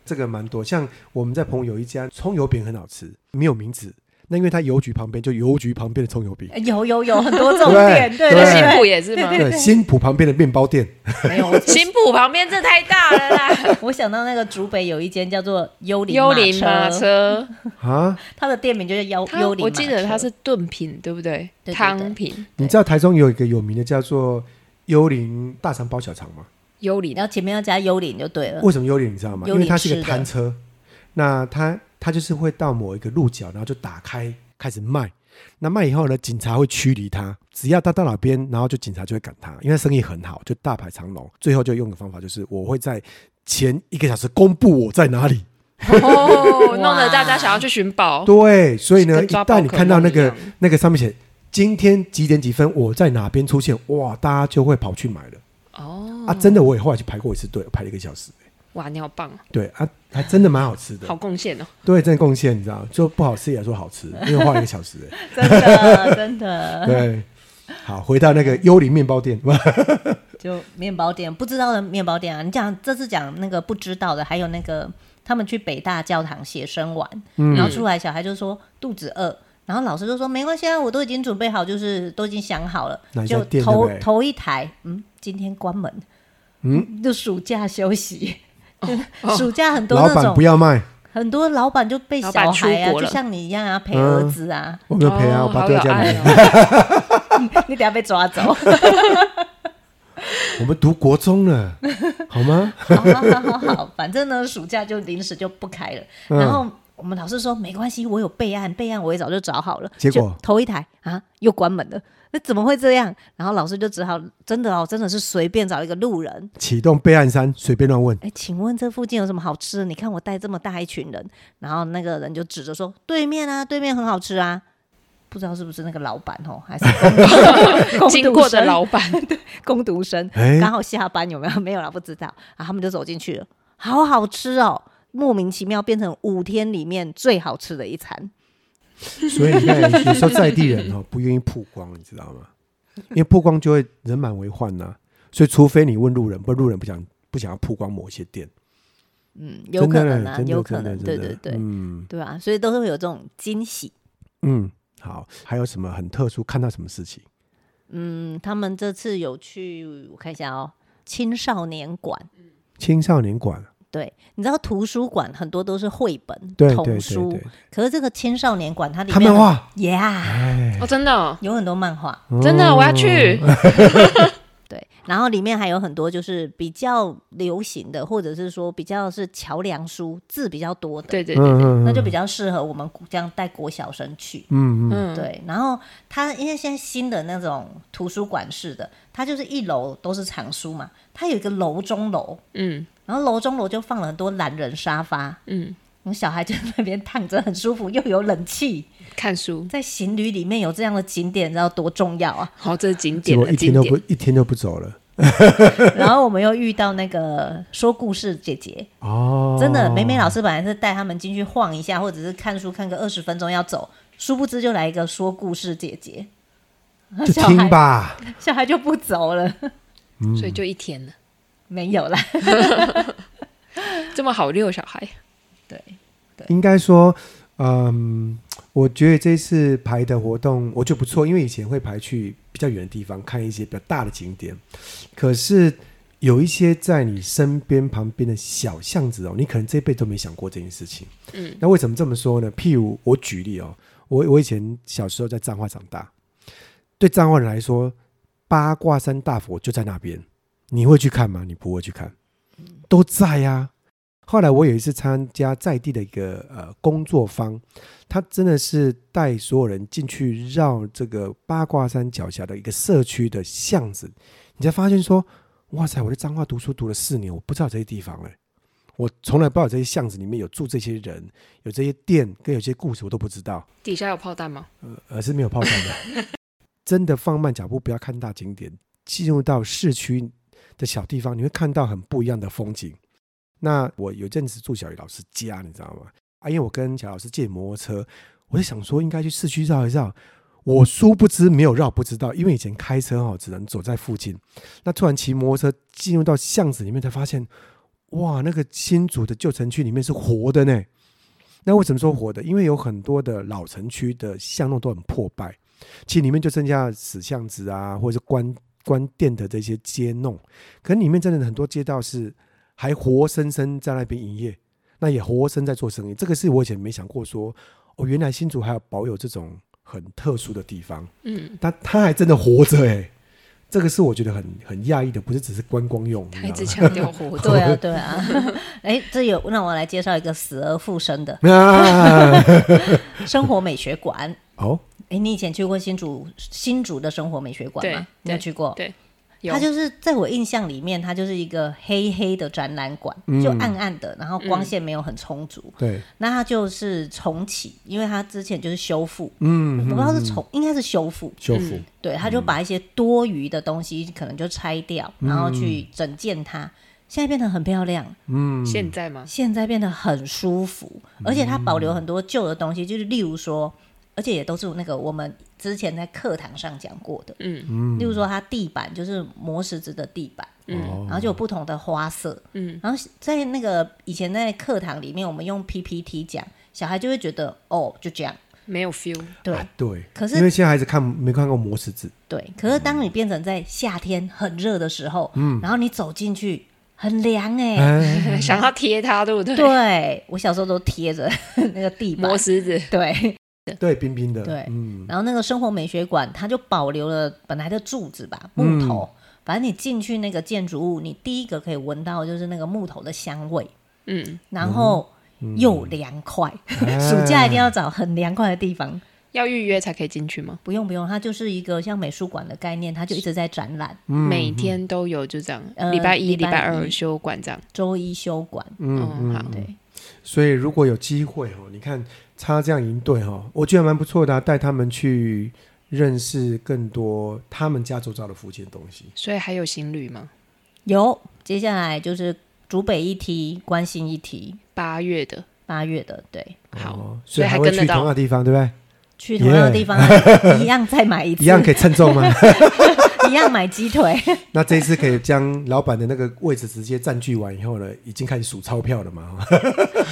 Speaker 2: 这个蛮多，像我们在朋友有一家葱油饼很好吃，没有名字，那因为它邮局旁边就邮局旁边的葱油饼，
Speaker 1: 有有有很多这种
Speaker 2: 对
Speaker 1: 店，对
Speaker 2: 对
Speaker 3: 那
Speaker 1: 对
Speaker 3: 新浦也是吗？
Speaker 2: 对，新浦旁边的面包店，
Speaker 1: 没有，我
Speaker 3: 新浦旁边这太大了
Speaker 1: <laughs>
Speaker 3: 啦，
Speaker 1: 我想到那个竹北有一间叫做幽灵
Speaker 3: 幽灵马
Speaker 1: 车，
Speaker 3: <laughs> 车，
Speaker 2: 啊，
Speaker 1: 它的店名就叫幽
Speaker 3: 它
Speaker 1: 幽灵马车。
Speaker 3: 我记得它是炖品，对不对？
Speaker 1: 对对对
Speaker 3: 汤品，
Speaker 2: 你知道台中有一个有名的叫做幽灵大肠包小肠吗？
Speaker 3: 幽灵
Speaker 1: 然后前面要加幽灵就对了。
Speaker 3: 嗯
Speaker 2: 为什么幽灵你知道吗？因
Speaker 1: 幽灵
Speaker 2: 为它是一
Speaker 1: 吃
Speaker 2: 个
Speaker 1: 的
Speaker 2: 摊车，那它它就是会到某一个路角，然后就打开开始卖。那卖以后呢，警察会驱离他，只要他到哪边，然后就警察就会赶他，因为生意很好，就大排长龙。最后就用的方法就是，我会在前一个小时公布我在哪里。
Speaker 3: 哦，弄得
Speaker 1: 哇
Speaker 3: 大家想要去寻宝。
Speaker 2: 对，所以呢，一
Speaker 3: 哦跟抓宝
Speaker 2: 旦你看到那个
Speaker 3: 可梦一样
Speaker 2: 那个上面写今天几点几分我在哪边出现，哇，大家就会跑去买了
Speaker 3: 哦，
Speaker 2: 啊！真的，我也后来去排过一次队，排了一个小时。
Speaker 3: 哇，你好棒哦，
Speaker 2: 对啊，还真的蛮好吃的，
Speaker 3: 好贡献哦。
Speaker 2: 对，真的贡献，你知道，就不好吃也说好
Speaker 1: <laughs>
Speaker 2: 吃，因为花了一个小时、欸，
Speaker 1: 真的真的，
Speaker 2: 对。好，回到那个幽灵面
Speaker 1: <laughs>
Speaker 2: 包店，
Speaker 1: 就面包店不知道的面包店啊，你讲这次讲那个不知道的，还有那个他们去北大教堂写生玩，
Speaker 2: 嗯
Speaker 1: 然后出来小孩就说肚子饿。然后老师就说没关系啊，我都已经准备好，就是都已经想好了
Speaker 2: 哪，一家
Speaker 1: 就
Speaker 2: 店对
Speaker 1: 头
Speaker 2: 不对
Speaker 1: 头一台，嗯，今天关门，嗯，就暑假休息，
Speaker 3: 哦
Speaker 1: 暑假很多
Speaker 2: 老
Speaker 1: 那
Speaker 2: 板
Speaker 1: 种
Speaker 2: 不要卖，
Speaker 1: 很多老板就被
Speaker 3: 老
Speaker 1: 小
Speaker 3: 板出
Speaker 1: 孩啊，
Speaker 3: 国
Speaker 1: 就
Speaker 3: 了
Speaker 1: 像你一样啊，陪
Speaker 2: 嗯
Speaker 1: 儿子啊，
Speaker 2: 我没有赔啊，
Speaker 3: 哦
Speaker 2: 我把
Speaker 3: 好
Speaker 2: 丢
Speaker 3: 有
Speaker 2: 家
Speaker 3: 爱
Speaker 2: 里。
Speaker 3: 哦。
Speaker 2: 嗯
Speaker 1: <laughs> 你等下被抓走。
Speaker 2: 我们读国中
Speaker 1: <laughs>
Speaker 2: 了，好吗？
Speaker 1: 好好好 <laughs> 好好，反正呢，暑假就临时就不开了。
Speaker 2: 嗯
Speaker 1: 然后我们老师说没关系，我有备案，备案我也早就找好了。
Speaker 2: 结果
Speaker 1: 就头一台啊，又关门了。那怎么会这样？然后老师就只好真的哦，真的是随便找一个路人，
Speaker 2: 启动备案三，随便乱问。
Speaker 1: 哎，请问这附近有什么好吃的？你看我带这么大一群人，然后那个人就指着说对面啊，对面很好吃啊。不知道是不是那个老板哦，还是工工
Speaker 3: <laughs> 经
Speaker 1: 读
Speaker 3: 过的
Speaker 1: 生 <laughs>
Speaker 3: 老板，
Speaker 1: 工读生，
Speaker 2: 哎
Speaker 1: 刚好下班有没有？没有啦，不知道。啊，他们就走进去了，好好吃哦，莫名其妙变成五天里面最好吃的一餐。
Speaker 2: 所以你看，有时候在地人
Speaker 1: <laughs>
Speaker 2: 哦不愿意曝光，你知道吗？因为曝光就会人满为患呐、所以除非你问路人，不然路人不想不想要曝光某些店，
Speaker 1: 嗯，有可能啊
Speaker 2: 真，的
Speaker 1: 有可能，
Speaker 2: 真
Speaker 1: 对
Speaker 2: 的真的
Speaker 1: 对对，
Speaker 2: 嗯
Speaker 1: 对啊，所以都会有这种惊喜。
Speaker 2: 嗯，好，还有什么很特殊？看到什么事情？
Speaker 1: 嗯，他们这次有去，我看一下哦，青少年馆。
Speaker 2: 青少年馆，
Speaker 1: 对，你知道图书馆很多都是绘本、
Speaker 2: 对对
Speaker 1: 童
Speaker 2: 对
Speaker 1: 书
Speaker 2: 对，，
Speaker 1: 可是这个青少年馆它里
Speaker 2: 他
Speaker 1: 面
Speaker 2: 们哇，
Speaker 1: ，Yeah，
Speaker 2: 哎，
Speaker 3: 哦，真的哦，
Speaker 1: 有很多漫画。
Speaker 2: 哦
Speaker 3: 真的，我要去。
Speaker 2: 嗯
Speaker 1: 对，然后里面还有很多就是比较流行的，或者是说比较是桥梁书，字比较多的，
Speaker 3: 对对
Speaker 2: 嗯，
Speaker 3: 对，
Speaker 2: 嗯嗯，
Speaker 1: 那就比较适合我们古这样带国小生去。
Speaker 2: 嗯嗯，
Speaker 3: 嗯，
Speaker 1: 对，然后它因为现在新的那种图书馆式的，它就是一楼都是藏书嘛，它有一个楼中楼，
Speaker 3: 嗯
Speaker 1: 然后楼中楼就放了很多懒人沙发，
Speaker 3: 嗯，
Speaker 1: 我们小孩就在那边躺着很舒服，又有冷气，
Speaker 3: 看书，
Speaker 1: 在行旅里面有这样的景点，你知道多重要啊！ <laughs>
Speaker 3: 好，这是景
Speaker 2: 结
Speaker 3: 点
Speaker 2: 果
Speaker 3: 了，
Speaker 2: 一天
Speaker 3: 景
Speaker 2: 都
Speaker 3: 点
Speaker 2: 不。一天都不走了
Speaker 1: 然后我们又遇到那个说故事姐姐，
Speaker 2: 哦，
Speaker 1: 真的，美美老师本来是带他们进去晃一下，或者是看书看个二十分钟要走，殊不知就来一个说故事姐姐，
Speaker 2: 就
Speaker 1: 小
Speaker 2: 听
Speaker 1: 孩
Speaker 2: 吧，
Speaker 1: 小孩就不走了，
Speaker 2: 嗯
Speaker 3: 所以就一天了，
Speaker 1: <laughs> 没有啦。
Speaker 3: <laughs> 这么好遛小孩，
Speaker 1: 对，
Speaker 2: 应该说，嗯，我觉得这次排的活动我觉得不错，因为以前会排去比较远的地方看一些比较大的景点，可是有一些在你身边旁边的小巷子哦，你可能这辈子都没想过这件事情。
Speaker 3: 嗯，
Speaker 2: 那为什么这么说呢？譬如我举例哦，我我以前小时候在彰化长大，对彰化人来说，八卦山大佛就在那边，你会去看吗？你不会去看，都在呀、后来我有一次参加在地的一个呃工作坊，他真的是带所有人进去绕这个八卦山脚下的一个社区的巷子，你才发现说，哇塞，我在彰化读书读了四年，我不知道这些地方哎、我从来不知道这些巷子里面有住这些人，有这些店跟有些故事我都不知道，
Speaker 3: 底下有炮弹吗？
Speaker 2: 而是没有泡饭的。真的放慢脚步，不要看大景点，进入到市区的小地方，你会看到很不一样的风景。那我有阵子住小雨老师家，你知道吗？啊，因为我跟小雨老师借摩托车，我就想说应该去市区绕一绕。我殊不知没有绕，不知道，因为以前开车哦，只能走在附近。那突然骑摩托车进入到巷子里面，才发现，哇，那个新竹的旧城区里面是活的呢。那为什么说活的？因为有很多的老城区的巷弄都很破败，其实里面就剩下死巷子啊，或者是关关店的这些街弄，可能里面真的很多街道是还活生生在那边营业，那也活生在做生意。这个是我以前没想过说，哦，原来新竹还有保有这种很特殊的地方，
Speaker 3: 嗯，
Speaker 2: 但它还真的活着哎、这个是我觉得很很讶异的，不是只是观光用，啊
Speaker 3: 他一
Speaker 2: 你
Speaker 3: 直
Speaker 2: 知 <laughs>
Speaker 3: 强调活动
Speaker 1: <laughs> 对，啊， <laughs> 对啊。哎，这有让我来介绍一个死而复生的
Speaker 2: 道吗？啊，
Speaker 1: 生活美学馆。
Speaker 2: 哦，
Speaker 1: 哎，你以前去过新竹新竹的生活美学馆
Speaker 3: 对
Speaker 1: 吗？你有
Speaker 3: 对
Speaker 1: 去过？
Speaker 3: 对，啊有
Speaker 1: 它就是在我印象里面，它就是一个黑黑的展览馆，就暗暗的，然后光线没有很充足。
Speaker 2: 对，
Speaker 1: 那它就是重启，因为它之前就是修复，
Speaker 2: 嗯，
Speaker 1: 我不知道是重，应该是修复。
Speaker 2: 修复，
Speaker 1: 对，他就把一些多余的东西可能就拆掉，然后去整建它。现在变得很漂亮，
Speaker 2: 嗯，
Speaker 3: 现在吗？
Speaker 1: 现在变得很舒服，而且它保留很多旧的东西，就是例如说，而且也都是那个我们之前在课堂上讲过的，
Speaker 3: 嗯
Speaker 1: 例如说它地板就是磨石子的地板，
Speaker 2: 哦
Speaker 1: 然后就有不同的花色，
Speaker 3: 嗯，
Speaker 1: 然后在那个以前在课堂里面，我们用 PPT 讲，小孩就会觉得哦就这样，
Speaker 3: 没有 feel，
Speaker 1: 对、
Speaker 2: 啊对，
Speaker 1: 可是
Speaker 2: 因为现在孩子看没看过磨石子，
Speaker 1: 对，可是当你变成在夏天很热的时候，嗯，然后你走进去很凉哎、
Speaker 2: 哎，
Speaker 3: <laughs> 想要贴它，对不嗯对？，啊
Speaker 1: 对我小时候都贴着 <laughs> 那个地板
Speaker 3: 磨，石子，
Speaker 1: 对，
Speaker 2: 哎
Speaker 1: <laughs>
Speaker 2: 对，冰冰的，
Speaker 1: 对
Speaker 2: 嗯，
Speaker 1: 然后那个生活美学馆，它就保留了本来的柱子吧，木头。反正你进去那个建筑物，你第一个可以闻到就是那个木头的香味，
Speaker 3: 嗯，
Speaker 1: 然后又凉快。
Speaker 2: 嗯哎
Speaker 1: 暑假一定要找很凉快的地方。
Speaker 3: 要预约才可以进去吗？
Speaker 1: 不用不用，它就是一个像美术馆的概念，它就一直在展览。
Speaker 2: 嗯
Speaker 3: 每天都有，就这样，
Speaker 1: 呃
Speaker 3: 礼拜
Speaker 1: 礼
Speaker 3: 一、嗯礼
Speaker 1: 拜
Speaker 3: 拜二
Speaker 1: 一
Speaker 3: 休馆这样。
Speaker 1: 周一休馆，
Speaker 3: 嗯，好，
Speaker 1: 对，
Speaker 2: 所以如果有机会哦，你看他这样营队哦，我觉得蛮不错的啊、带他们去认识更多他们家周遭的福建东西。
Speaker 3: 所以还有行旅吗？
Speaker 1: 有。接下来就是竹北一梯、关心一梯，
Speaker 3: 八月的，
Speaker 1: 八月的对，
Speaker 3: 好，
Speaker 2: 哦，
Speaker 3: 所
Speaker 2: 所
Speaker 3: 以
Speaker 2: 以还
Speaker 3: 还跟
Speaker 2: 会
Speaker 3: 得
Speaker 2: 去
Speaker 3: 到
Speaker 2: 同样的地方，对不对？
Speaker 1: 去同样的
Speaker 2: Yeah
Speaker 1: 地方 <laughs> 一样再买一次，
Speaker 2: 一样可以称重吗？ <laughs>
Speaker 1: 一样买鸡腿。 <laughs>
Speaker 2: 那这一次可以将老板的那个位置直接占据完以后呢，已经开始数钞票了嘛？哦哈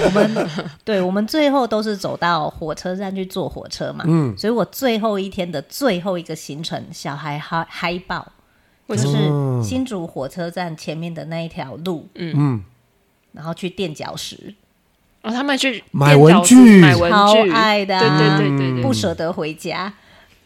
Speaker 1: 对，我们最后都是走到火车站去坐火车嘛，
Speaker 2: 嗯
Speaker 1: 所以我最后一天的最后一个行程，小孩嗨嗨爆，
Speaker 3: 为
Speaker 1: 就
Speaker 3: 什么？
Speaker 1: 是新竹火车站前面的那一条路，
Speaker 2: 嗯，
Speaker 1: 然后去垫脚石，
Speaker 3: 哦，他们去
Speaker 2: 买
Speaker 3: 电
Speaker 2: 文
Speaker 3: 脑
Speaker 2: 具嗯
Speaker 3: 买文
Speaker 1: 超
Speaker 3: 具，
Speaker 1: 爱的、
Speaker 3: 对
Speaker 1: 啊，
Speaker 3: 对对对对，
Speaker 1: 不舍得回家，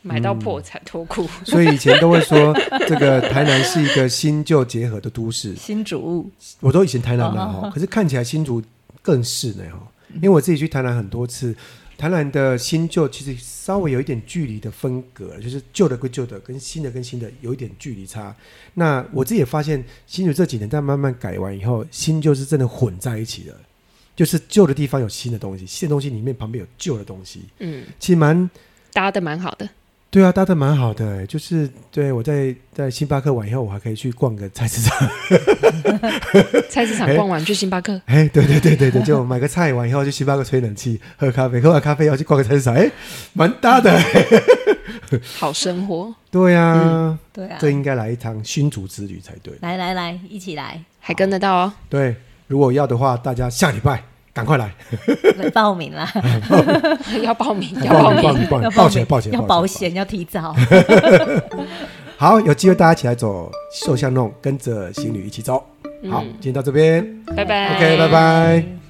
Speaker 3: 买到破产脱裤，
Speaker 2: 所以以前都会说这个台南是一个新旧结合的都市，
Speaker 1: 新竹
Speaker 2: 我都以前台南的哈，可是看起来新竹更是呢哈，因为我自己去台南很多次，台南的新旧其实稍微有一点距离的分隔，就是旧的归旧的，跟新的跟新的有一点距离差。那我自己也发现，新竹这几年在慢慢改完以后，新旧是真的混在一起了，就是旧的地方有新的东西，新的东西里面旁边有旧的东西，
Speaker 3: 嗯，
Speaker 2: 其实蛮
Speaker 3: 搭的蛮好的，
Speaker 2: 对啊，搭的蛮好的欸，就是对我在在星巴克完以后，我还可以去逛个菜市场。
Speaker 3: 菜市场逛完去星巴克，
Speaker 2: 哎，对对对对对，就买个菜完以后去星巴克吹冷气，喝咖啡，喝完咖啡要去逛个菜市场，哎，蛮搭的。
Speaker 3: 好生活，
Speaker 2: <laughs> 对啊，
Speaker 1: 对啊
Speaker 2: 这，应该来一趟新竹之旅才对。
Speaker 1: 来来来，一起来
Speaker 3: 还跟得到哦。
Speaker 2: 对，如果要的话，大家下礼拜赶快来，
Speaker 1: 来报名啦，
Speaker 3: <laughs> 要报名，要报
Speaker 2: 报
Speaker 3: 名。
Speaker 2: 名
Speaker 1: 要
Speaker 2: 报名，
Speaker 1: 报
Speaker 2: 抱歉
Speaker 1: 名，
Speaker 2: 抱歉，
Speaker 1: 要
Speaker 2: 抱歉
Speaker 1: 保。险，要提早，
Speaker 2: 好，有机会大家一起来走寿巷弄，跟着行旅一起走。好，今天到这边
Speaker 3: 拜拜
Speaker 2: ，OK，拜拜。